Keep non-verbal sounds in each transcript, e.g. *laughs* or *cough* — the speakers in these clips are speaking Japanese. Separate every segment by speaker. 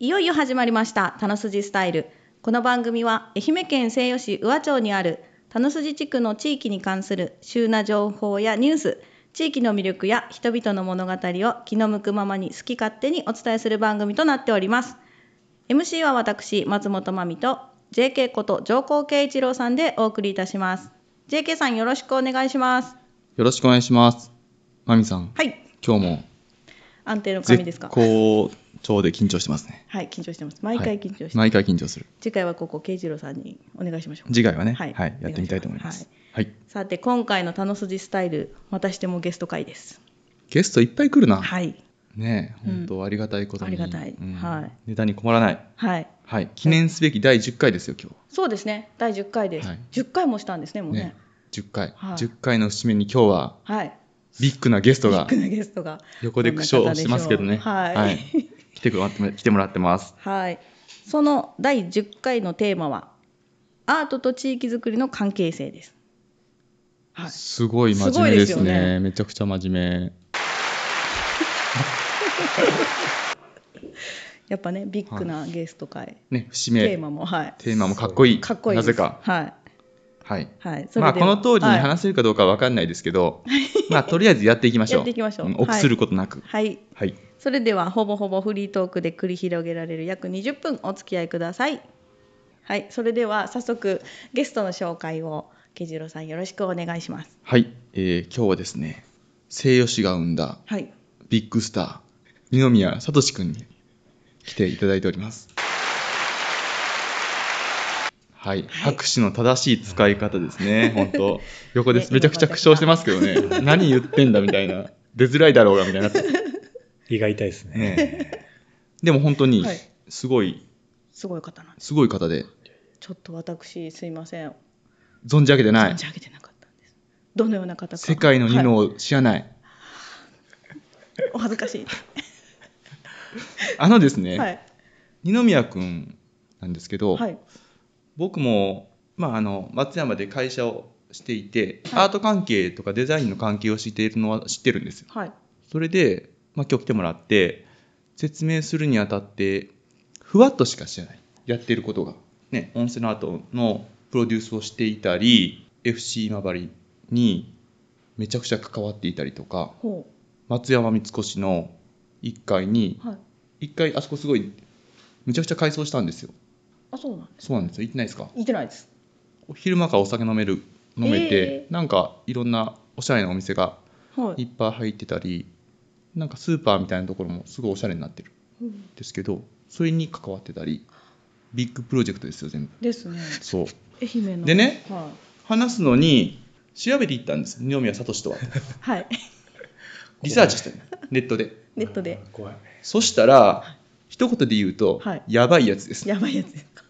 Speaker 1: よ始まりました「たのすじスタイル」この番組は愛媛県西予市宇和町にある田の筋地区の地域に関する旬な情報やニュース地域の魅力や人々の物語を気の向くままに好き勝手にお伝えする番組となっております MC は私松本真美と JK こと上皇慶一郎さんでお送りいたします JK さんよろしくお願いします
Speaker 2: よろしくお願いします。まみさん、
Speaker 1: はい
Speaker 2: 今日も
Speaker 1: 安定の紙です
Speaker 2: 絶
Speaker 1: か
Speaker 2: 好調で緊張してますね。
Speaker 1: はい緊張してます毎回緊張して、
Speaker 2: 毎回緊張する。
Speaker 1: 次回はここ慶一郎さんにお願いしましょう
Speaker 2: 次回はね、
Speaker 1: は
Speaker 2: はいい、やってみたいと思います。はい、
Speaker 1: さて今回の「たのすじスタイル」またしてもゲスト会です
Speaker 2: ゲストいっぱい来るな。
Speaker 1: はい
Speaker 2: ねえ、
Speaker 1: うん
Speaker 2: 本当ありがたいことに。
Speaker 1: ありがたい
Speaker 2: うん
Speaker 1: はい
Speaker 2: ネタに困らない。
Speaker 1: はい
Speaker 2: はい、記念すべき第10回ですよ、今
Speaker 1: そうですね第10回です、
Speaker 2: はい
Speaker 1: 10回もしたんですねもう
Speaker 2: 日。
Speaker 1: ね
Speaker 2: ね、10回、
Speaker 1: はい
Speaker 2: 10回の節目に今日は
Speaker 1: はい
Speaker 2: ビッグなゲスト
Speaker 1: ビ *laughs*
Speaker 2: が
Speaker 1: ッグなゲストが
Speaker 2: 横で苦笑してますけどね。
Speaker 1: こんな方でしょうはい、
Speaker 2: 来てもらって来てもらってます。
Speaker 1: はい、その第10回のテーマはアートと地域づくりの関係性です、はい、
Speaker 2: すごい真
Speaker 1: すご
Speaker 2: 面
Speaker 1: い
Speaker 2: 目
Speaker 1: で
Speaker 2: ですす
Speaker 1: よ
Speaker 2: ね。
Speaker 1: ね
Speaker 2: めちゃくちゃ真面目。
Speaker 1: やっぱねビッグなゲスト会、
Speaker 2: ね、節目
Speaker 1: テーマもはい
Speaker 2: テーマもかっこいい。
Speaker 1: かっこいい
Speaker 2: な
Speaker 1: です
Speaker 2: ぜか。
Speaker 1: はい
Speaker 2: はい。
Speaker 1: はいそれで
Speaker 2: まあ、この通りに
Speaker 1: はい
Speaker 2: 話せるかどうかは分かんないですけど、まあ、とりあえずやっていきましょう。
Speaker 1: やっていきましょうん
Speaker 2: 臆することなく。
Speaker 1: はい、
Speaker 2: はい。
Speaker 1: それではほぼほぼフリートークで繰り広げられる約20分お付き合いくださいはいそれでは早速ゲストの紹介をケジロさんよろしくお願いします
Speaker 2: はい。えー今日はですね、西予市が生んだ
Speaker 1: はい
Speaker 2: ビッグスター、二宮聡くんに来ていただいております。はい。拍手の正しい使い方で
Speaker 1: *laughs*
Speaker 2: すね、本当横で
Speaker 1: ね
Speaker 2: す。めちゃくちゃ苦笑してますけど
Speaker 1: *laughs*
Speaker 2: ね。何言ってんだみたいな。出づらいだろうがみたいになって
Speaker 3: 胃が痛いですね。
Speaker 2: ねえでも本当に
Speaker 1: はい
Speaker 2: すごい、
Speaker 1: すごい方なんです
Speaker 2: すごい方で
Speaker 1: ちょっと私すいません
Speaker 2: 存じ上げてな
Speaker 1: 存
Speaker 2: い
Speaker 1: じ上げてなかったんですどのような方か
Speaker 2: 世界の二
Speaker 1: は
Speaker 2: 能
Speaker 1: い
Speaker 2: を知らない、
Speaker 1: お恥ずかしい、
Speaker 2: あのです *laughs* ね、
Speaker 1: はい
Speaker 2: 二宮君なんですけど、
Speaker 1: はい
Speaker 2: 僕も、まあ、あの松山で会社をしていて、
Speaker 1: はい
Speaker 2: アート関係とかデザインの関係を知っているのは知ってるんですよ
Speaker 1: はい
Speaker 2: それで、まあ、今日来てもらって説明するにあたってふわっとしか知らないやっていることが、ね、音声の後のプロデュースをしていたり FC 今治にめちゃくちゃ関わっていたりとか
Speaker 1: ほ
Speaker 2: 松山三越の1階に
Speaker 1: うはい
Speaker 2: 1階あそこすごいめちゃくちゃ改装したんですよ
Speaker 1: あそうなん
Speaker 2: そうなんですよ行ってないですか
Speaker 1: 言ってないです
Speaker 2: 昼間からお酒飲める飲めて
Speaker 1: え、
Speaker 2: なんかいろんなおしゃれなお店が
Speaker 1: はい
Speaker 2: っぱい入ってたりなんかスーパーみたいなところもすごいおしゃれになってる
Speaker 1: うん
Speaker 2: んですけどそれに関わってたりビッグプロジェクトですよ全部
Speaker 1: ですね
Speaker 2: そう
Speaker 1: 愛媛の
Speaker 2: でね
Speaker 1: は
Speaker 2: 話すのに調べていったんです二宮聡
Speaker 1: *laughs*
Speaker 2: とは
Speaker 1: い、はい、
Speaker 2: リサーチしてるネットで
Speaker 1: ネットで
Speaker 3: あー。怖い。
Speaker 2: そしたら一言で言うと、
Speaker 1: はい
Speaker 2: やばいやつです
Speaker 1: やばいやつですか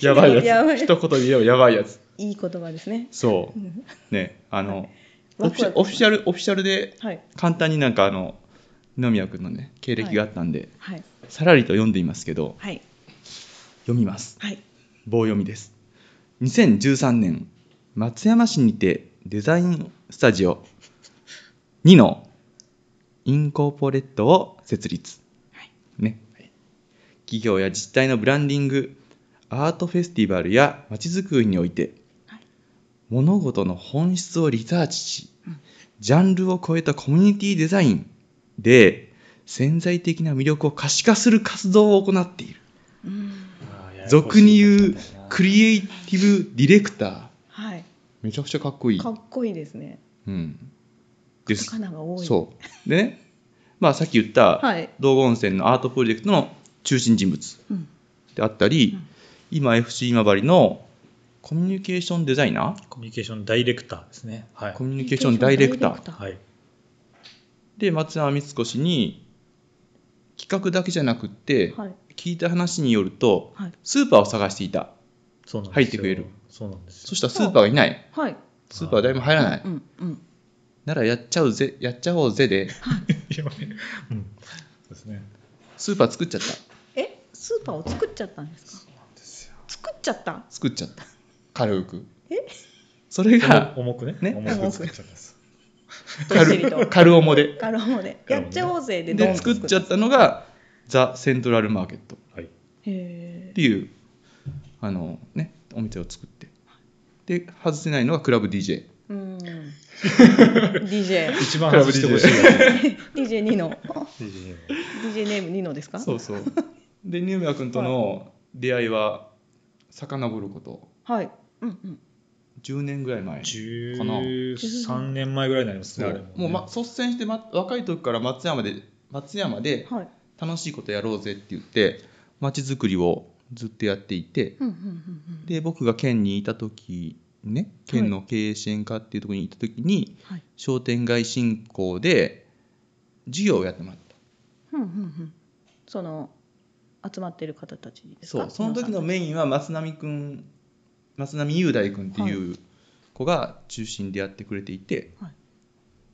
Speaker 2: やばいやつ
Speaker 1: やばい
Speaker 2: 一言で言えばやばいやつ
Speaker 1: いい言葉ですね
Speaker 2: そううんねあの、
Speaker 1: ワ
Speaker 2: オ
Speaker 1: ク
Speaker 2: フィシ
Speaker 1: ワ
Speaker 2: ャ
Speaker 1: ク
Speaker 2: オフィシャルオフィシャルで
Speaker 1: はい
Speaker 2: 簡単になんかあの二宮君のね経歴があったんで、
Speaker 1: はい
Speaker 2: さらりと読んでいますけど
Speaker 1: はい
Speaker 2: 読みます
Speaker 1: はい
Speaker 2: 棒読みです2013年松山市にてデザインスタジオ2のインコーポレットを設立、
Speaker 1: はい
Speaker 2: ね、企業や自治体のブランディングアートフェスティバルやまちづくりにおいて
Speaker 1: はい
Speaker 2: 物事の本質をリサーチしジャンルを超えたコミュニティデザインで潜在的な魅力を可視化する活動を行っている
Speaker 1: うん
Speaker 3: あー
Speaker 2: 俗に言うク
Speaker 3: リ。
Speaker 2: リエイティブディレクター
Speaker 1: はい
Speaker 2: めちゃくちゃかっこいい
Speaker 1: かっこいいですね
Speaker 2: うん、です
Speaker 1: 魚が多い
Speaker 2: そうでね、まあ、さっき言った
Speaker 1: はい
Speaker 2: 道後温泉のアートプロジェクトの中心人物
Speaker 1: う、ん、
Speaker 2: であったり、
Speaker 1: うん
Speaker 2: 今 FC 今治のコミュニケーションデザイナー
Speaker 3: コミュニケーションダイレクターですね。はい
Speaker 2: コ。ミュニケーションダイレクター
Speaker 3: はい。
Speaker 2: で松山三越に企画だけじゃなくって、
Speaker 1: はい
Speaker 2: 聞いた話によると
Speaker 1: はい
Speaker 2: スーパーを探していた
Speaker 3: そうなんですよ
Speaker 2: 入ってくれる。
Speaker 3: そうな
Speaker 2: *laughs*
Speaker 3: んですよ。
Speaker 2: そしたらスーパーがいない
Speaker 1: はい
Speaker 2: スーパーは誰も入らない
Speaker 1: うんうん
Speaker 2: ならやっちゃうぜやっちゃおうぜで
Speaker 3: いやうん。そうですね。
Speaker 2: スーパー作っちゃった
Speaker 1: えスーパーを作っちゃったんですか作っちゃった
Speaker 2: 作っちゃった軽く
Speaker 1: え
Speaker 2: それが
Speaker 3: 重くね。
Speaker 2: ね
Speaker 3: 重く作っちゃったんです。
Speaker 1: どっしりと
Speaker 2: 軽重で
Speaker 1: カロモで
Speaker 3: カロモで
Speaker 1: やっちゃおうぜでドン
Speaker 2: で
Speaker 1: と
Speaker 2: 作っちゃった
Speaker 1: の
Speaker 2: のがザ・セントラルマーケットっ *laughs*
Speaker 3: はい。
Speaker 1: へ
Speaker 2: ていうあの、ね、お店を作ってで外せないのがクラブ DJ
Speaker 1: ーうん *laughs* DJ
Speaker 3: 一番外してほしいよね。
Speaker 1: DJ ニノ
Speaker 3: DJ
Speaker 1: DJ ネームニノですか
Speaker 2: そう
Speaker 1: *laughs*
Speaker 2: そうでニューミャ君との出会いは遡ること
Speaker 1: はいうんうん
Speaker 2: 10年ぐらい前
Speaker 3: 13年前ぐらいになりますね、あれもね。
Speaker 2: もう、ま、率先して、ま、若い時から松山で松山で
Speaker 1: はい
Speaker 2: 楽しいことやろうぜって言って街づくりをずっとやっていて
Speaker 1: うんうんうんうん
Speaker 2: で僕が県にいた時にね県の経営支援課っていうところにいた時に、
Speaker 1: はい
Speaker 2: 商店街振興で事業をやってもらった
Speaker 1: うんうんうんその集まってる方たちにです
Speaker 2: そ
Speaker 1: か
Speaker 2: うその時の
Speaker 1: 皆
Speaker 2: メインは松波くん松波雄大君っていう子が中心でやってくれていて、
Speaker 1: はい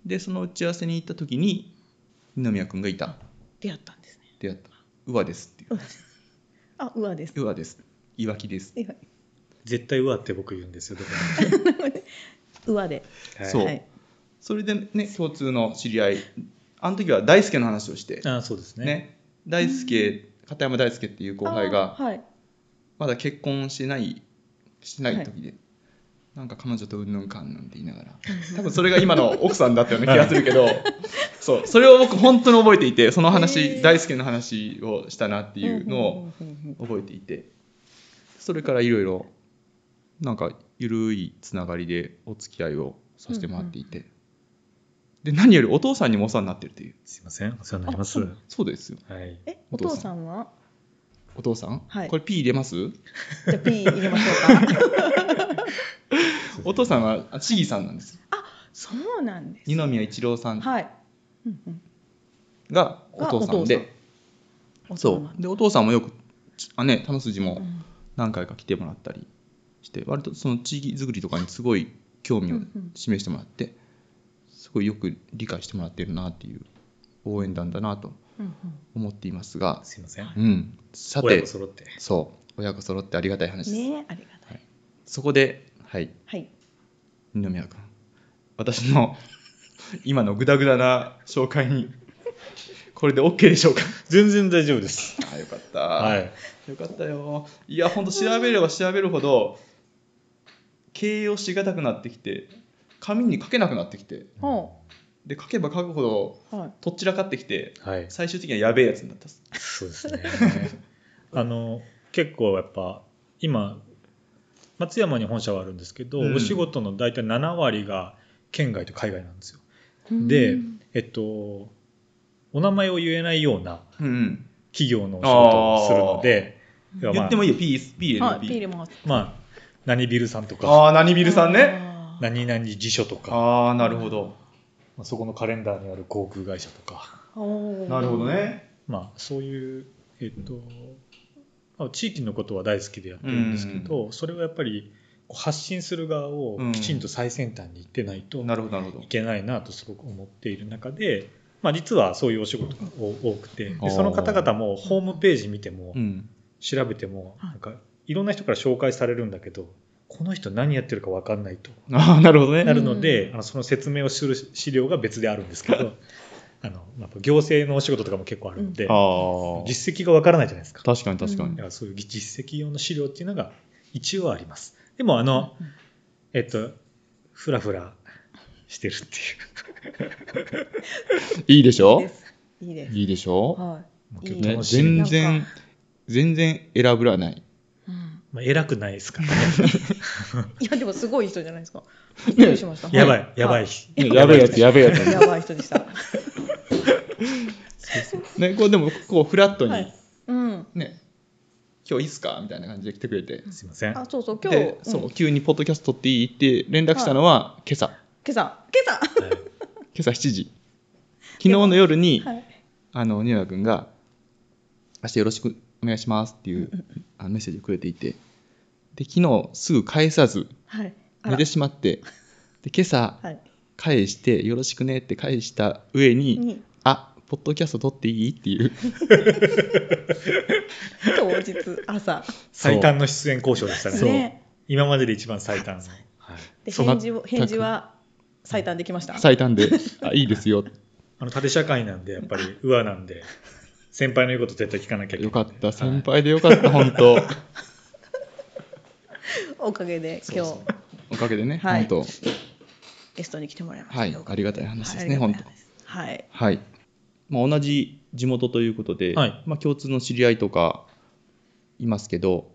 Speaker 2: でその打ち合わせに行った時に二宮君がいた
Speaker 1: さん出会ったんですね
Speaker 2: 出会った「うわです」っていう
Speaker 1: *laughs* あうわです
Speaker 2: 「うわです」「いわきです」
Speaker 1: いや
Speaker 3: 絶対うわって僕言うんですよ、だか
Speaker 2: *laughs*
Speaker 1: うわで
Speaker 3: ら
Speaker 2: そう
Speaker 1: はい
Speaker 2: それでね共通の知り合いあの時は大輔の話をして、
Speaker 3: あそうですね。
Speaker 2: ね、大輔片山大輔っていう後輩が
Speaker 1: あーはい
Speaker 2: まだ結婚してないしてない時で、なんか彼女とうんぬんかんぬんって言いながら多分それが今の奥さんだったような気がす
Speaker 1: *laughs*
Speaker 2: るけどそうそれを僕本当に覚えていてその
Speaker 1: へ
Speaker 2: 話
Speaker 1: ー
Speaker 2: 大輔の話をしたなっていうのを
Speaker 1: うんうんうんうん
Speaker 2: 覚えていてそれからいろいろなんか緩いつながりでお付き合いをさせてもらっていて、で何よりお父さんにもお世話になってるという
Speaker 3: すいません、お世話になりま
Speaker 1: あそ
Speaker 3: す。
Speaker 1: う
Speaker 3: は
Speaker 1: ない
Speaker 2: そうですよ
Speaker 3: い。
Speaker 1: えお
Speaker 2: お
Speaker 1: 父
Speaker 2: 父
Speaker 1: さ
Speaker 2: さ
Speaker 1: んは
Speaker 2: お父さん、
Speaker 1: はい
Speaker 2: これ P 入れます
Speaker 1: じゃあ P 入れましょ
Speaker 2: *laughs*
Speaker 1: うか
Speaker 2: お父さんはあ市議さんなんです
Speaker 1: そうなんです
Speaker 2: 二宮一郎さん
Speaker 1: はいうんうん
Speaker 2: がお父さんで、
Speaker 1: がお父さん
Speaker 2: そうでお父さんもよくあね玉筋
Speaker 1: う
Speaker 2: も
Speaker 1: ん
Speaker 2: 何回か来てもらったりして割とその地域づくりとかにすごい興味を
Speaker 1: うんうん
Speaker 2: 示してもらってすごいよく理解してもらってるなっていう応援団だなと
Speaker 1: うんうん
Speaker 2: 思っていますが、
Speaker 3: すいません。
Speaker 2: うん、さ
Speaker 3: 親
Speaker 2: て
Speaker 3: 子揃って。
Speaker 2: そう親子揃ってありがたい話で
Speaker 1: ね
Speaker 2: す、
Speaker 1: えありがたい
Speaker 2: そこではい
Speaker 1: はい
Speaker 2: 二宮君私の今のグダグダな紹介にこれで OK でしょうか
Speaker 3: 全然大丈夫です。
Speaker 2: あよかった、
Speaker 3: はい。
Speaker 2: よかったよいやほんと調べれば調べるほど形容しがたくなってきて紙に書けなくなってきて
Speaker 1: ほ
Speaker 2: で書けば書くほど
Speaker 1: うはい
Speaker 2: とっちらかってきて
Speaker 3: はい。
Speaker 2: 最終的にはやべえやつになったっす
Speaker 3: そうですね。 *laughs* あの、結構やっぱ、今、松山に本社はあるんですけど、
Speaker 2: うん
Speaker 3: お仕事の大体7割が県外と海外なんですよ。で
Speaker 1: うん、
Speaker 3: えっと、お名前を言えないような
Speaker 2: うん、うん
Speaker 3: 企業のお仕事をするので、
Speaker 1: あー
Speaker 3: ま
Speaker 2: 言
Speaker 3: あ
Speaker 2: ってもいいよ P, P 入れる
Speaker 1: は
Speaker 2: よ
Speaker 1: い P 入
Speaker 2: P
Speaker 1: れます
Speaker 3: まあ、何ビルさんとか、
Speaker 2: ああ何ビルさんね
Speaker 1: あー
Speaker 3: 何々辞書とか、
Speaker 2: ああなるほど
Speaker 3: まあそこのカレンダーにある航空会社とか、
Speaker 1: おー
Speaker 2: なるほどね
Speaker 3: まあ、そういう、えっと、まあ地域のことは大好きでやってるんですけど、それはやっぱりこう発信する側を
Speaker 2: うん
Speaker 3: きちんと最先端に行ってないと
Speaker 2: なるほどなるほど
Speaker 3: いけないなとすごく思っている中で、まあ、実はそういうお仕事が多くて
Speaker 2: あー
Speaker 3: でその方々もホームページ見ても
Speaker 2: うん
Speaker 3: 調べても
Speaker 1: はい
Speaker 3: なんかいろんな人から紹介されるんだけどこの人何やってるか分かんないと
Speaker 2: *laughs* ああなるほど
Speaker 3: な
Speaker 2: ね
Speaker 3: るので、あのその説明をする資料が別であるんですけ
Speaker 2: *laughs*
Speaker 3: どあのやっぱ行政のお仕事とかも結構あるので、
Speaker 2: ああ
Speaker 3: 実績が分からないじゃないですか
Speaker 2: 確かに確かに、
Speaker 1: うん
Speaker 3: だからそういう実績用の資料っていうのが一応ありますでもあの
Speaker 1: うん
Speaker 3: えっとふらふらしてるっていう
Speaker 2: いいでし
Speaker 1: いい
Speaker 2: ょ
Speaker 1: ですいいです
Speaker 2: いいでしょ、
Speaker 1: は
Speaker 3: もう
Speaker 1: いい
Speaker 3: 結構
Speaker 2: ね、
Speaker 3: 楽しい
Speaker 2: 全
Speaker 1: な
Speaker 2: 然全然選ぶらない
Speaker 1: い、うん、
Speaker 3: まあ、偉くないですから、ね、
Speaker 1: いやでもすごい人じゃないですかびっくりしました
Speaker 3: やば
Speaker 1: はい
Speaker 3: やばい、
Speaker 1: は
Speaker 2: ねやべえやつ、やべえやつ。
Speaker 1: やばい人で
Speaker 2: *laughs*
Speaker 1: した
Speaker 2: ね、こうでも、こうフラットに、
Speaker 1: はいうん
Speaker 2: ね、今日いいっすかみたいな感じで来てくれて。
Speaker 3: すいません
Speaker 1: あそうそう今日
Speaker 2: で、そ
Speaker 1: うん
Speaker 2: う、
Speaker 1: 今
Speaker 2: 急にポッドキャスト撮っていいって連絡したのは、今朝、
Speaker 1: 朝今
Speaker 3: はい
Speaker 2: 今朝7時。昨日の夜に、
Speaker 1: 朝はい
Speaker 2: あの、ニューヤ君が、明日よろしくお願いしますっていう
Speaker 1: うん
Speaker 2: あのメッセージをくれていて、で、昨日すぐ返さず、
Speaker 1: はいあら
Speaker 2: 寝てしまって、で、今朝
Speaker 1: はい
Speaker 2: 返して、よろしくねって返した上に、
Speaker 1: に
Speaker 2: あ、ポッドキャスト撮っていいっていう。
Speaker 1: 当日朝
Speaker 3: 最短の出演交渉でしたね
Speaker 2: そう
Speaker 1: ね
Speaker 3: 今までで一番最短の、はい、
Speaker 1: で
Speaker 2: そうな
Speaker 1: 返事を返事は最短できました
Speaker 2: 最短で、あ、いいですよ。
Speaker 3: あの縦社会なんでやっぱりうわなんで先輩の言うこと絶対聞かなきゃいけ
Speaker 2: よ
Speaker 3: ない
Speaker 2: かった、先輩でよかった、本当。
Speaker 1: おかげで今日
Speaker 3: そ
Speaker 2: *laughs* お
Speaker 3: う
Speaker 2: かげでね、
Speaker 1: はい
Speaker 2: 本当。
Speaker 1: ゲストに来てもらいました。
Speaker 2: はい、ありがたい話ですね、本当。
Speaker 1: 当。はい。
Speaker 2: はい。まあ、同じ地元ということで、
Speaker 3: はい
Speaker 2: まあ、共通の知り合いとかいますけど、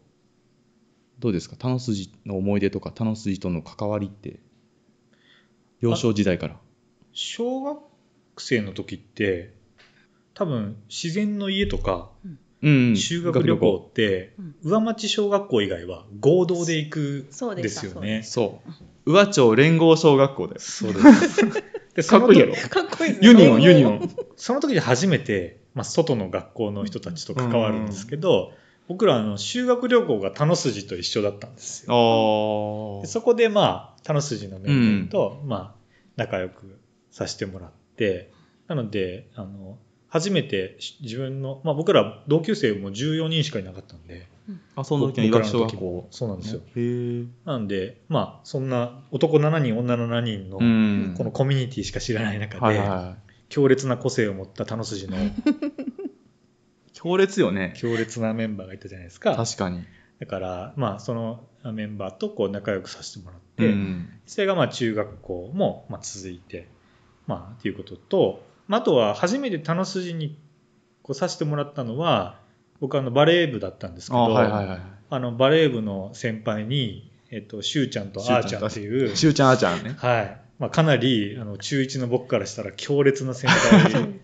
Speaker 2: どうですか、田野筋の思い出とか、田野筋との関わりって、幼少時代から。
Speaker 3: 小学生の時って多分自然の家とか
Speaker 2: うん
Speaker 3: 修学旅行って
Speaker 1: うん
Speaker 3: 上町小学校以外は合同で行く
Speaker 1: そうんで
Speaker 3: で
Speaker 1: した
Speaker 3: すよね。
Speaker 2: そう。宇和町連合小学校です。
Speaker 3: そうです。でそ
Speaker 2: かっ
Speaker 3: の
Speaker 2: こいい
Speaker 3: 時
Speaker 2: やろ。
Speaker 1: かっこいいですね。
Speaker 2: *laughs* ユニオン、ユニオン。
Speaker 3: その時で初めて、まあ、外の学校の人たちと関わるんですけど、僕らあの修学旅行が田野筋と一緒だったんですよ。
Speaker 2: ああ。
Speaker 3: でそこでまあ、田野筋の面々と、まあ、仲良くさせてもらって、なので、あの、初めてし自分の、まあ僕ら同級生も14人しかいなかったんで、
Speaker 2: あ、その時の
Speaker 3: 僕
Speaker 2: 岩
Speaker 3: ら
Speaker 2: 木
Speaker 3: の
Speaker 2: 小学
Speaker 3: 時
Speaker 2: 校。
Speaker 3: もそうなんですよ。
Speaker 2: へえ。
Speaker 3: なんで、まあ、そんな男7人、女7人の、
Speaker 2: ん
Speaker 3: このコミュニティしか知らない中で、
Speaker 2: はいはい。
Speaker 3: 強烈な個性を持った田野筋
Speaker 2: *laughs*
Speaker 3: の
Speaker 2: 強烈よね。
Speaker 3: 強烈なメンバーがいたじゃないですか。
Speaker 2: 確かに。
Speaker 3: だから、まあ、そのメンバーとこう仲良くさせてもらって、
Speaker 2: うん
Speaker 3: それがまあ中学校もまあ続いて、まあ、ということと、まあ、あとは初めて田野筋にこうさせてもらったのは、僕あのバレー部だったんですけ
Speaker 2: あー
Speaker 3: ど、
Speaker 2: はいはいはい。
Speaker 3: あのバレー部の先輩に、えっと、しゅうちゃんとあーちゃんっていう、
Speaker 2: しゅうちゃんあーちゃんね。
Speaker 3: はい。まあ、かなり、あの、中1の僕からしたら強烈な先
Speaker 2: *laughs*
Speaker 3: 輩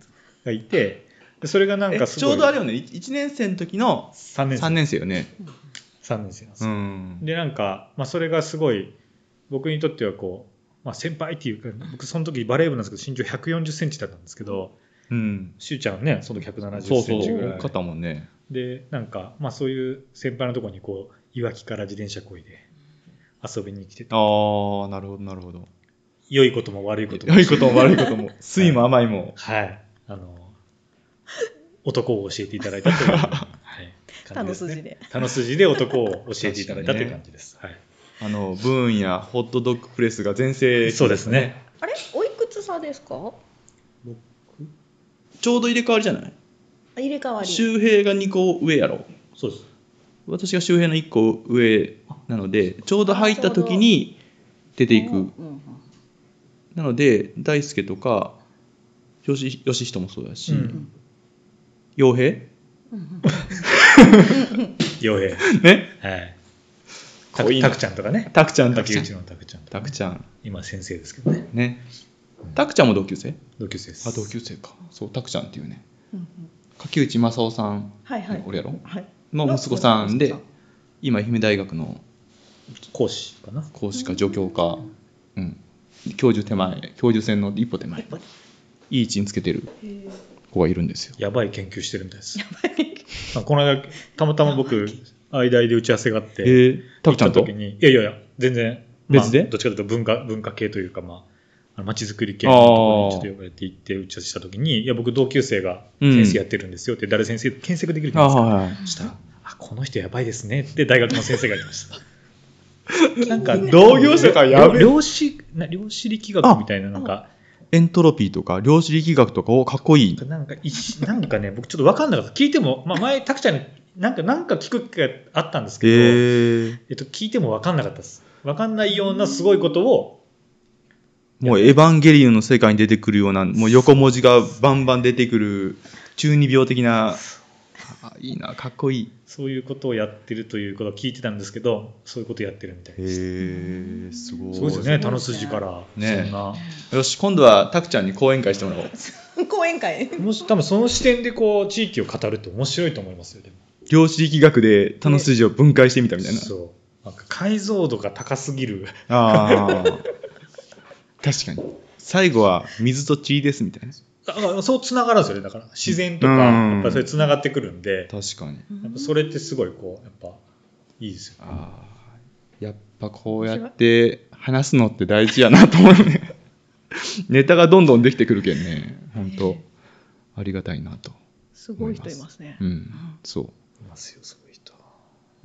Speaker 3: がいて、でそれがなん
Speaker 2: え
Speaker 3: かす
Speaker 2: ち
Speaker 3: ごい。
Speaker 2: ょうどあれよね、1年生の時の
Speaker 3: 3年
Speaker 2: 3
Speaker 3: 生。
Speaker 2: 年生よね。
Speaker 3: 3年生なんです
Speaker 2: う
Speaker 3: よ
Speaker 2: ん。
Speaker 3: で、なんか、まあ、それがすごい、僕にとってはこう、まあ、先輩っていうか、僕その時バレー部なんですけど、身長140センチだったんですけど、
Speaker 2: うん。
Speaker 3: しゅうちゃんはね、その時170
Speaker 2: そう
Speaker 3: セ
Speaker 2: そう、
Speaker 3: ンチぐらい。
Speaker 2: 多かったもんね。
Speaker 3: で、なんか、まあ、そういう先輩のところにこう、いわきから自転車こいで遊びに来てて
Speaker 2: ああ、なるほど、なるほど。
Speaker 3: 良いことも悪いことも
Speaker 2: 良。いことも *laughs* 悪い *laughs* ことも、酸いも甘いも。
Speaker 3: はい。あの、男を教えていただいた *laughs* という、はい、
Speaker 1: 田
Speaker 3: 感じ
Speaker 1: の
Speaker 3: ですね
Speaker 1: 筋で。
Speaker 3: 田の筋で男を教えていただいたという感じです。はい
Speaker 2: あの、ブーンやホットドッグプレスが全盛。
Speaker 3: そうですね。
Speaker 1: あれおいくつ差ですか
Speaker 2: ちょうど入れ替わりじゃない
Speaker 1: あ入れ替わり。
Speaker 2: 周平が2個上やろ。
Speaker 3: そうです。
Speaker 2: 私が周平の1個上なので、ちょうど入った時に出てい
Speaker 1: うん
Speaker 2: く。
Speaker 1: うん
Speaker 2: なので、大輔とか、よし、よしひともそうだし
Speaker 3: う、ん。
Speaker 2: 洋平
Speaker 1: うんうん
Speaker 3: 洋平。
Speaker 2: ね。
Speaker 3: はい。
Speaker 2: 濃いな
Speaker 3: たくちゃんとかね。
Speaker 2: たくちゃん、たく
Speaker 3: 竹
Speaker 2: ちゃん
Speaker 3: 内。のたくちゃんと
Speaker 2: た
Speaker 3: か
Speaker 2: くちゃん。
Speaker 3: 今先生ですけどね。
Speaker 2: ね。たくちゃんも同級生
Speaker 3: 同級生です。
Speaker 2: あ、同級生か。そう、たくちゃんっていうね。
Speaker 1: うんうん
Speaker 2: 柿内正夫さん、
Speaker 1: はいはい。
Speaker 2: 俺やろ
Speaker 1: はい。
Speaker 2: の息子さんで
Speaker 1: の息子、
Speaker 2: 今、愛媛大学の
Speaker 3: 講師かな。
Speaker 2: 講師か助教か、うん、教授手前、教授選の一歩手前、い
Speaker 1: 一歩
Speaker 2: い位置につけてる
Speaker 1: へー
Speaker 2: 子がいるんですよ。
Speaker 3: やばい研究してるみたいです。やばいこの間、たまたま僕、間で打ち合わせがあっ
Speaker 2: え
Speaker 3: て。
Speaker 2: ー、た
Speaker 3: 行
Speaker 2: く
Speaker 3: っ
Speaker 2: ちゃ
Speaker 3: た
Speaker 2: んと
Speaker 3: 時にいやいやいや全然、まあ
Speaker 2: 別で
Speaker 3: どっちかというと文化文化系というかまああの街づくり系のところにちょっと呼ばれて行って打ち合わせした時にいや僕同級生が
Speaker 2: うん
Speaker 3: 先生やってるんですよって、誰先生検索できるじゃ
Speaker 2: あ
Speaker 3: ないですか
Speaker 2: はいはい。
Speaker 3: そしたらあこの人やばいですねって大学の先生が言いましたなんか同業者がやべ量子な量子力学みたいななんか
Speaker 2: エントロピーとか、量子力学とかをかっこいい。
Speaker 3: なんか一なんかね僕ちょっと分かんなかった聞いても、まあ、前拓ちゃんになんかなんか聞く機会あったんですけど、
Speaker 2: えー、
Speaker 3: えっと、聞いても分かんなかったです。分かんないようなすごいことを、
Speaker 2: もうエヴァンゲリオンの世界に出てくるような、もう横文字がバンバン出てくる、中二病的な、あいいな、かっこいい。
Speaker 3: そういうことをやってるということを聞いてたんですけど、そういうことやってるみたい
Speaker 2: へ
Speaker 3: です。
Speaker 2: え、すごい。
Speaker 3: すごいですよね、田の筋から。
Speaker 2: ね
Speaker 3: そんな。
Speaker 2: よし、今度はたくちゃんに講演会してもらおう。
Speaker 1: 講演会。
Speaker 3: もし、多分その視点でこう、地域を語るって面白いと思いますよ、でも。
Speaker 2: 量子力学で他の数字を分解してみたみたいな。
Speaker 3: そう。なんか解像度が高すぎる。
Speaker 2: ああ。確かに。最後は水と血ですみたいな。
Speaker 3: だからそう繋がるんですよね、だから。自然とか、
Speaker 2: うん
Speaker 3: やっぱそれ繋がってくるんで、
Speaker 2: 確かに。
Speaker 3: やっぱそれってすごいこう、やっぱ、いいですよね。
Speaker 2: ああ。やっぱこうやって話すのって大事やなと思うね。ネタがどんどんできてくるけんね。本当ありがたいなと。
Speaker 1: すごい人いますね
Speaker 2: う。ん。そう。
Speaker 3: いますよ、そういう人。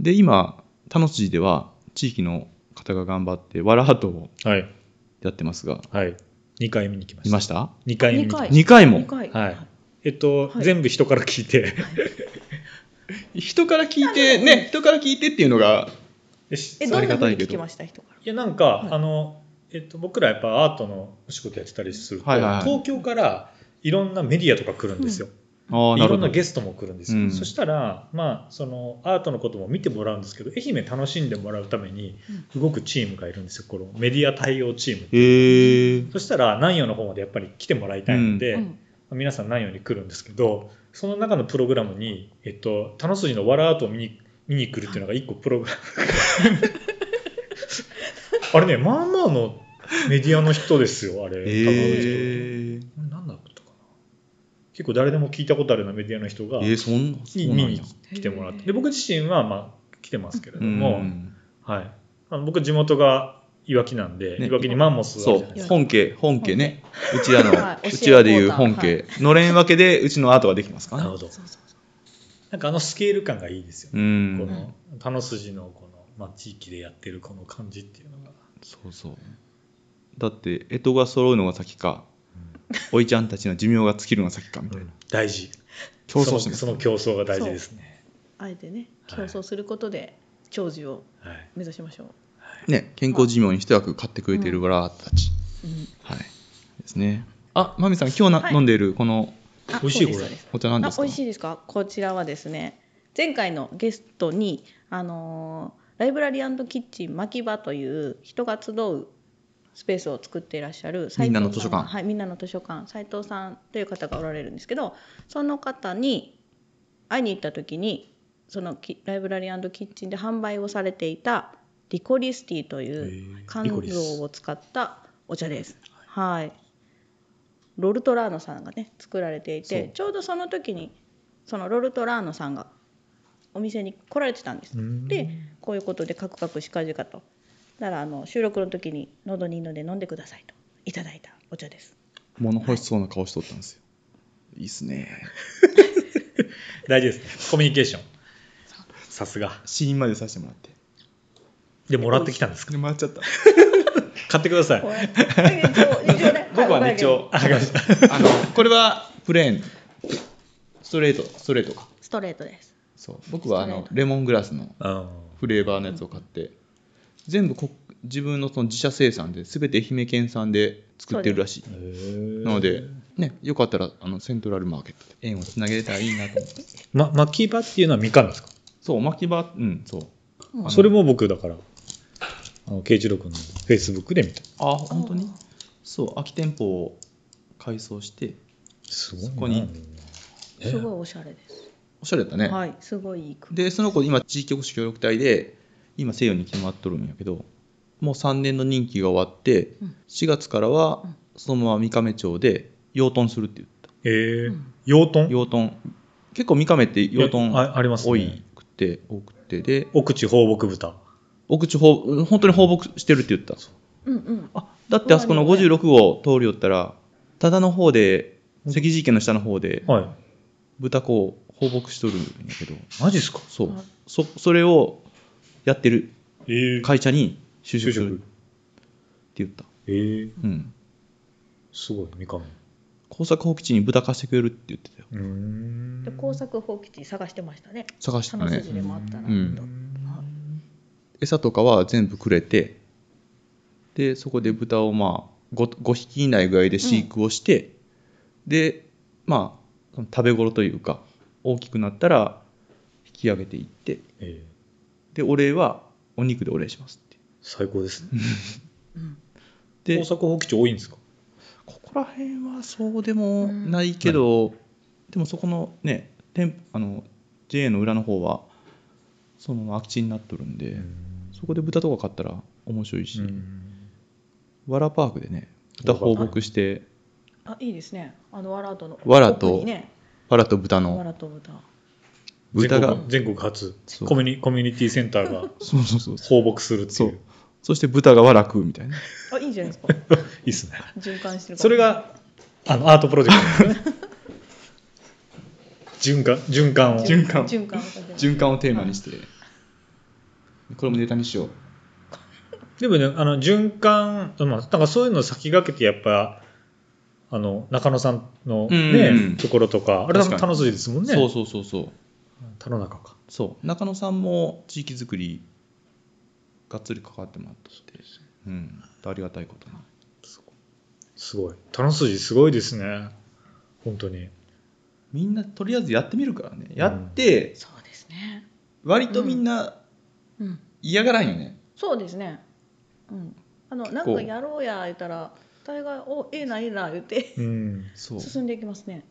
Speaker 2: で、今、田野筋では地域の方が頑張って、わらはとを
Speaker 3: はい。
Speaker 2: やってますが、
Speaker 3: はい。2回見に来ま
Speaker 2: い
Speaker 3: した
Speaker 2: ま。した
Speaker 3: 2回見に来ました
Speaker 1: 二回
Speaker 2: 2回も
Speaker 1: 二回
Speaker 3: はい。ええっと、
Speaker 1: はい
Speaker 3: 全部人から聞い *laughs* て、
Speaker 2: 人から聞いて、ね、人から聞いてっていうのが、
Speaker 3: でし
Speaker 1: え
Speaker 3: い
Speaker 1: ど
Speaker 2: あ
Speaker 1: ん
Speaker 2: り
Speaker 1: な
Speaker 2: が
Speaker 1: ふう
Speaker 2: た
Speaker 1: に
Speaker 2: いけ
Speaker 1: 聞
Speaker 2: ど
Speaker 1: きました人から
Speaker 3: やなんか、
Speaker 1: はい
Speaker 3: あのえっと、僕らやっぱアートのお仕事やってたりすると、
Speaker 2: はいはいはい
Speaker 3: 東京からいろんなメディアとか来るんですよ、
Speaker 2: ああ、
Speaker 3: い
Speaker 2: なる
Speaker 3: ろ
Speaker 2: ほ
Speaker 3: んな
Speaker 2: ど。
Speaker 3: ゲストも来るんですよ、
Speaker 2: うん
Speaker 3: そしたら、まあ、そのアートのことも見てもらうんですけど愛媛楽しんでもらうために動くチームがいるんですよこのメディア対応チームって
Speaker 2: へえ。
Speaker 3: そしたら南陽の方までやっぱり来てもらいたいので、
Speaker 1: うん
Speaker 3: 皆さん南陽に来るんですけどその中のプログラムに「えっと、楽しいのわらアート」を見に見に来るっていうのが一個プログラ
Speaker 2: *laughs*
Speaker 3: ムあれねまあまあのメディアの人ですよあれ、多分
Speaker 2: えー、
Speaker 3: 何だったかな結構誰でも聞いたことあるようなメディアの人が
Speaker 2: えー、そんな、そう
Speaker 3: に
Speaker 2: な
Speaker 3: 見
Speaker 2: ん
Speaker 3: に
Speaker 2: や。
Speaker 3: 来てもらって
Speaker 1: へー
Speaker 3: で僕自身はまあ来てますけれども、
Speaker 2: ん
Speaker 3: はい、あの僕地元がいわきなんで、
Speaker 2: ね
Speaker 3: いわきにマンモスがあ
Speaker 2: そ
Speaker 3: るじゃないうですか
Speaker 2: 本家本家ねうちらの、
Speaker 1: はいう
Speaker 2: ちらでい
Speaker 1: 教
Speaker 2: う
Speaker 1: え
Speaker 2: 本
Speaker 1: コーナー
Speaker 2: 家、のれん分けでうちのアートができますか
Speaker 3: なる
Speaker 2: ら
Speaker 3: ほ
Speaker 2: ね
Speaker 3: ど
Speaker 1: そうそうそう
Speaker 3: なんかあのスケール感がいいですよ
Speaker 2: う
Speaker 3: ね、こ
Speaker 2: ん
Speaker 3: の楽筋のこの、まあ、地域でやってるこの感じっていうのが、
Speaker 2: そうそうだって干支が揃うのが先かおいちゃんたちの寿命が尽きるのが先かみたいな
Speaker 3: 大事
Speaker 2: 競争して
Speaker 3: その
Speaker 2: ます
Speaker 3: その競争が大事ですね
Speaker 1: あえてね競
Speaker 3: はい
Speaker 1: 争することで長寿を
Speaker 3: はい
Speaker 1: 目指しましょう、
Speaker 2: ね健康寿命に一役買ってくれてるからたち、
Speaker 1: うん
Speaker 2: はいですねあまみさん今日な、
Speaker 1: はい
Speaker 2: 飲んでいるこの
Speaker 1: あ
Speaker 3: 美味しい
Speaker 1: そうです
Speaker 3: こ
Speaker 1: そう
Speaker 3: れ
Speaker 1: です
Speaker 2: お茶なんです
Speaker 1: あ
Speaker 2: か
Speaker 1: 美味しいですかこちらはですね前回のゲストに、あのーライブラリーキッチン牧場という人が集うスペースを作っていらっしゃる
Speaker 2: みんなの
Speaker 1: 斉藤さ
Speaker 2: 図書館
Speaker 1: はい、みんなの図書館斉藤さんという方がおられるんですけどその方に会いに行った時にそのきライブラリーキッチンで販売をされていたリコリスティという
Speaker 3: へーリ
Speaker 1: 肝
Speaker 3: コリス
Speaker 1: 臓を使ったお茶です。はいロルトラーノさんがね作られてい
Speaker 2: そう
Speaker 1: てちょうどその時にそのロルトラーノさんがお店に来られてたんです、
Speaker 3: うん
Speaker 1: でこういうことでカクカクしかじかとならあの収録の時に喉にいいので飲んでくださいといただいたお茶です
Speaker 2: 物欲しそうな顔しとったんですよいいっすね
Speaker 3: 大事ですねコミュニケーションさすが
Speaker 2: 試飲までさせてもらって
Speaker 3: でもらってきたんですか
Speaker 2: 回っちゃった
Speaker 3: 買ってください
Speaker 1: こうやって一応ね
Speaker 2: 僕はね
Speaker 1: い
Speaker 2: 一応
Speaker 3: あ
Speaker 2: *laughs*
Speaker 3: が
Speaker 2: あのこれはプレーンストレートストレートか
Speaker 1: ストレートです
Speaker 2: そう僕はあ
Speaker 1: ストレ
Speaker 2: の
Speaker 1: ート
Speaker 2: レモングラスの
Speaker 3: うん
Speaker 2: フレーバーのやつを買って全部こ自分のその自社生産で全て愛媛県産で作ってるらしい
Speaker 3: へ
Speaker 2: なの
Speaker 3: ー
Speaker 2: で、ね、よかったらあのセントラルマーケットで縁をつなげれたらいいなと思って
Speaker 3: ま巻き場っていうのはみかんですか
Speaker 2: そう巻き場うんそう
Speaker 1: うん
Speaker 2: あの
Speaker 3: それも僕だからあの慶一郎君のフェイスブックで見た
Speaker 2: あ本当に
Speaker 1: あ
Speaker 2: そう空き店舗を改装して
Speaker 3: すごいな
Speaker 2: そこに
Speaker 3: え
Speaker 1: すごいおしゃれです、
Speaker 2: おしゃれだったね、
Speaker 1: はいすごいいい空間
Speaker 2: でその子今地域おこし協力隊で今西洋に決まっとるんやけどもう3年の任期が終わって
Speaker 1: うん
Speaker 2: 4月からは
Speaker 1: うん
Speaker 2: そのまま三亀町で養豚するって言っ
Speaker 3: え
Speaker 1: う
Speaker 3: ー
Speaker 1: ん
Speaker 3: 養豚
Speaker 2: た養豚結構三亀って養豚
Speaker 3: あありますね
Speaker 2: 多いくて多くてで
Speaker 3: 奥地放牧豚
Speaker 2: 奥地放本当に放牧してるって言った
Speaker 1: うんうん
Speaker 2: あだってあそこの56号通り寄ったらただの方で関寺池の下の方で
Speaker 3: は
Speaker 2: 豚子を放牧しとるんやけど
Speaker 3: いマジっすか
Speaker 2: そう
Speaker 1: はい
Speaker 2: そそれをやってる
Speaker 3: ええ
Speaker 2: 会社に就職
Speaker 3: 就
Speaker 2: する
Speaker 3: 職
Speaker 2: って言った、
Speaker 3: えー
Speaker 2: うん、
Speaker 3: すごいみかん
Speaker 2: 工作放棄地に豚貸してくれるって言ってたよ
Speaker 3: うーん
Speaker 1: で工作放棄地探してましたね
Speaker 2: 探してた
Speaker 1: 花
Speaker 2: ね
Speaker 1: 筋でもあったら、
Speaker 2: うん
Speaker 1: とはい
Speaker 2: 餌とかは全部くれてでそこで豚をまあ 5, 5匹いないぐらいで飼育をして、でまあその食べ頃というか大きくなったら引き上げていって
Speaker 3: ええ
Speaker 2: でお礼はお肉でお礼しますっ
Speaker 3: 最高ですね
Speaker 1: うん
Speaker 2: てで
Speaker 3: 工
Speaker 2: こ
Speaker 3: 作放棄地多いんですか
Speaker 2: こら辺はそうでもないけど、でもそこのね店あの JA の裏の方はそのまま空き地になっとるんで、そこで豚とか買ったら面白いし、
Speaker 3: うん
Speaker 2: わらパークでね豚放牧して
Speaker 1: あいいですねあのわらとの
Speaker 2: わらと
Speaker 1: 奥にね
Speaker 2: わらと豚
Speaker 1: わ
Speaker 2: の
Speaker 1: らと豚
Speaker 2: 豚が
Speaker 3: 全国全国初
Speaker 2: そう
Speaker 3: コミュニコミュニティセンターが
Speaker 2: そうそうそうそう
Speaker 3: 放牧するって
Speaker 2: そ
Speaker 3: *laughs* いう
Speaker 2: うそして豚がわら食うみたいな
Speaker 1: あいいじゃないですか
Speaker 3: いいっすね
Speaker 1: 循環してるから
Speaker 3: それがあのアートプロジェクトですね *laughs* 循環循環を
Speaker 2: 循環
Speaker 1: 循環をかける
Speaker 2: 循環をテーマにしてこれもネタにしよう
Speaker 3: でもねあの循環まあなんかそういうのを先駆けてやっぱあの中野さんの、
Speaker 2: うん
Speaker 3: ね
Speaker 2: うん
Speaker 3: ところとかあれ多
Speaker 2: 確か
Speaker 3: 分
Speaker 2: に
Speaker 3: 田野筋ですもんね
Speaker 2: そうそうそうそう
Speaker 3: 田野中か
Speaker 2: そう中野さんも地域づくりがっつり関わってもらってて、うん、ありがたいことに
Speaker 3: すごい田野筋すごいですね本当に
Speaker 2: みんなとりあえずやってみるからねやって
Speaker 1: そうですね。
Speaker 2: 割とみんな
Speaker 1: うん。
Speaker 2: 嫌がらんよね、
Speaker 1: そうですね。うん。あのなんかやろうや言ったら大概おええなええな言って
Speaker 3: うん、
Speaker 2: そう
Speaker 1: 進んでいきますね。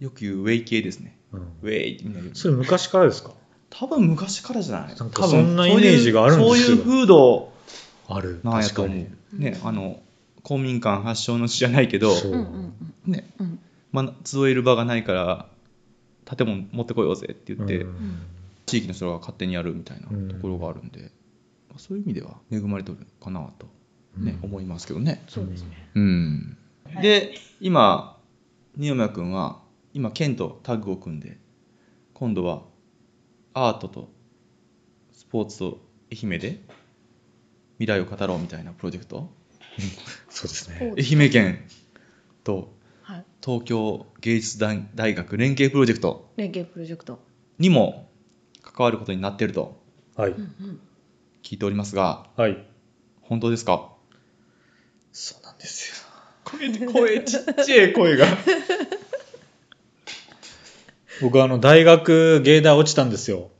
Speaker 2: よく言うウェイ系ですね
Speaker 3: うん、
Speaker 2: ウェイってみんな言う
Speaker 3: それ昔からですか
Speaker 2: 多分昔からじゃない
Speaker 3: なんか
Speaker 2: 多分
Speaker 3: そんなイメージがあるんですよ
Speaker 2: そういう風土
Speaker 3: ある
Speaker 2: なんやと思う
Speaker 3: 確か
Speaker 2: ねあの公民館発祥の地じゃないけど
Speaker 3: にそううん
Speaker 1: うん
Speaker 2: ね、
Speaker 1: うんうん。
Speaker 2: まあ、集える場がないから建物持ってこようぜって言って、
Speaker 3: うん
Speaker 2: 地域の人が勝手にやるみたいなところがあるんで、まあそういう意味では恵まれてるかなと、ね
Speaker 3: うん
Speaker 2: 思いますけどね。
Speaker 1: そうですね。
Speaker 2: うん
Speaker 1: はい
Speaker 2: で今二宮君は今県とタッグを組んで今度はアートとスポーツと愛媛で未来を語ろうみたいなプロジェクト
Speaker 3: そうです
Speaker 1: そう
Speaker 3: ね
Speaker 1: です
Speaker 2: 愛媛県と
Speaker 1: はい。
Speaker 2: 東京芸術大大学連携プロジェクト
Speaker 1: 連携プロジェクト。
Speaker 2: にも関わることになっていると
Speaker 3: はい
Speaker 1: うんうん。
Speaker 2: 聞いておりますが
Speaker 3: はい
Speaker 2: 本当ですか
Speaker 3: そうなんですよ
Speaker 2: 声声ちっちゃい
Speaker 3: *laughs*
Speaker 2: 声が
Speaker 3: 僕あの大学芸大落ちたんですよ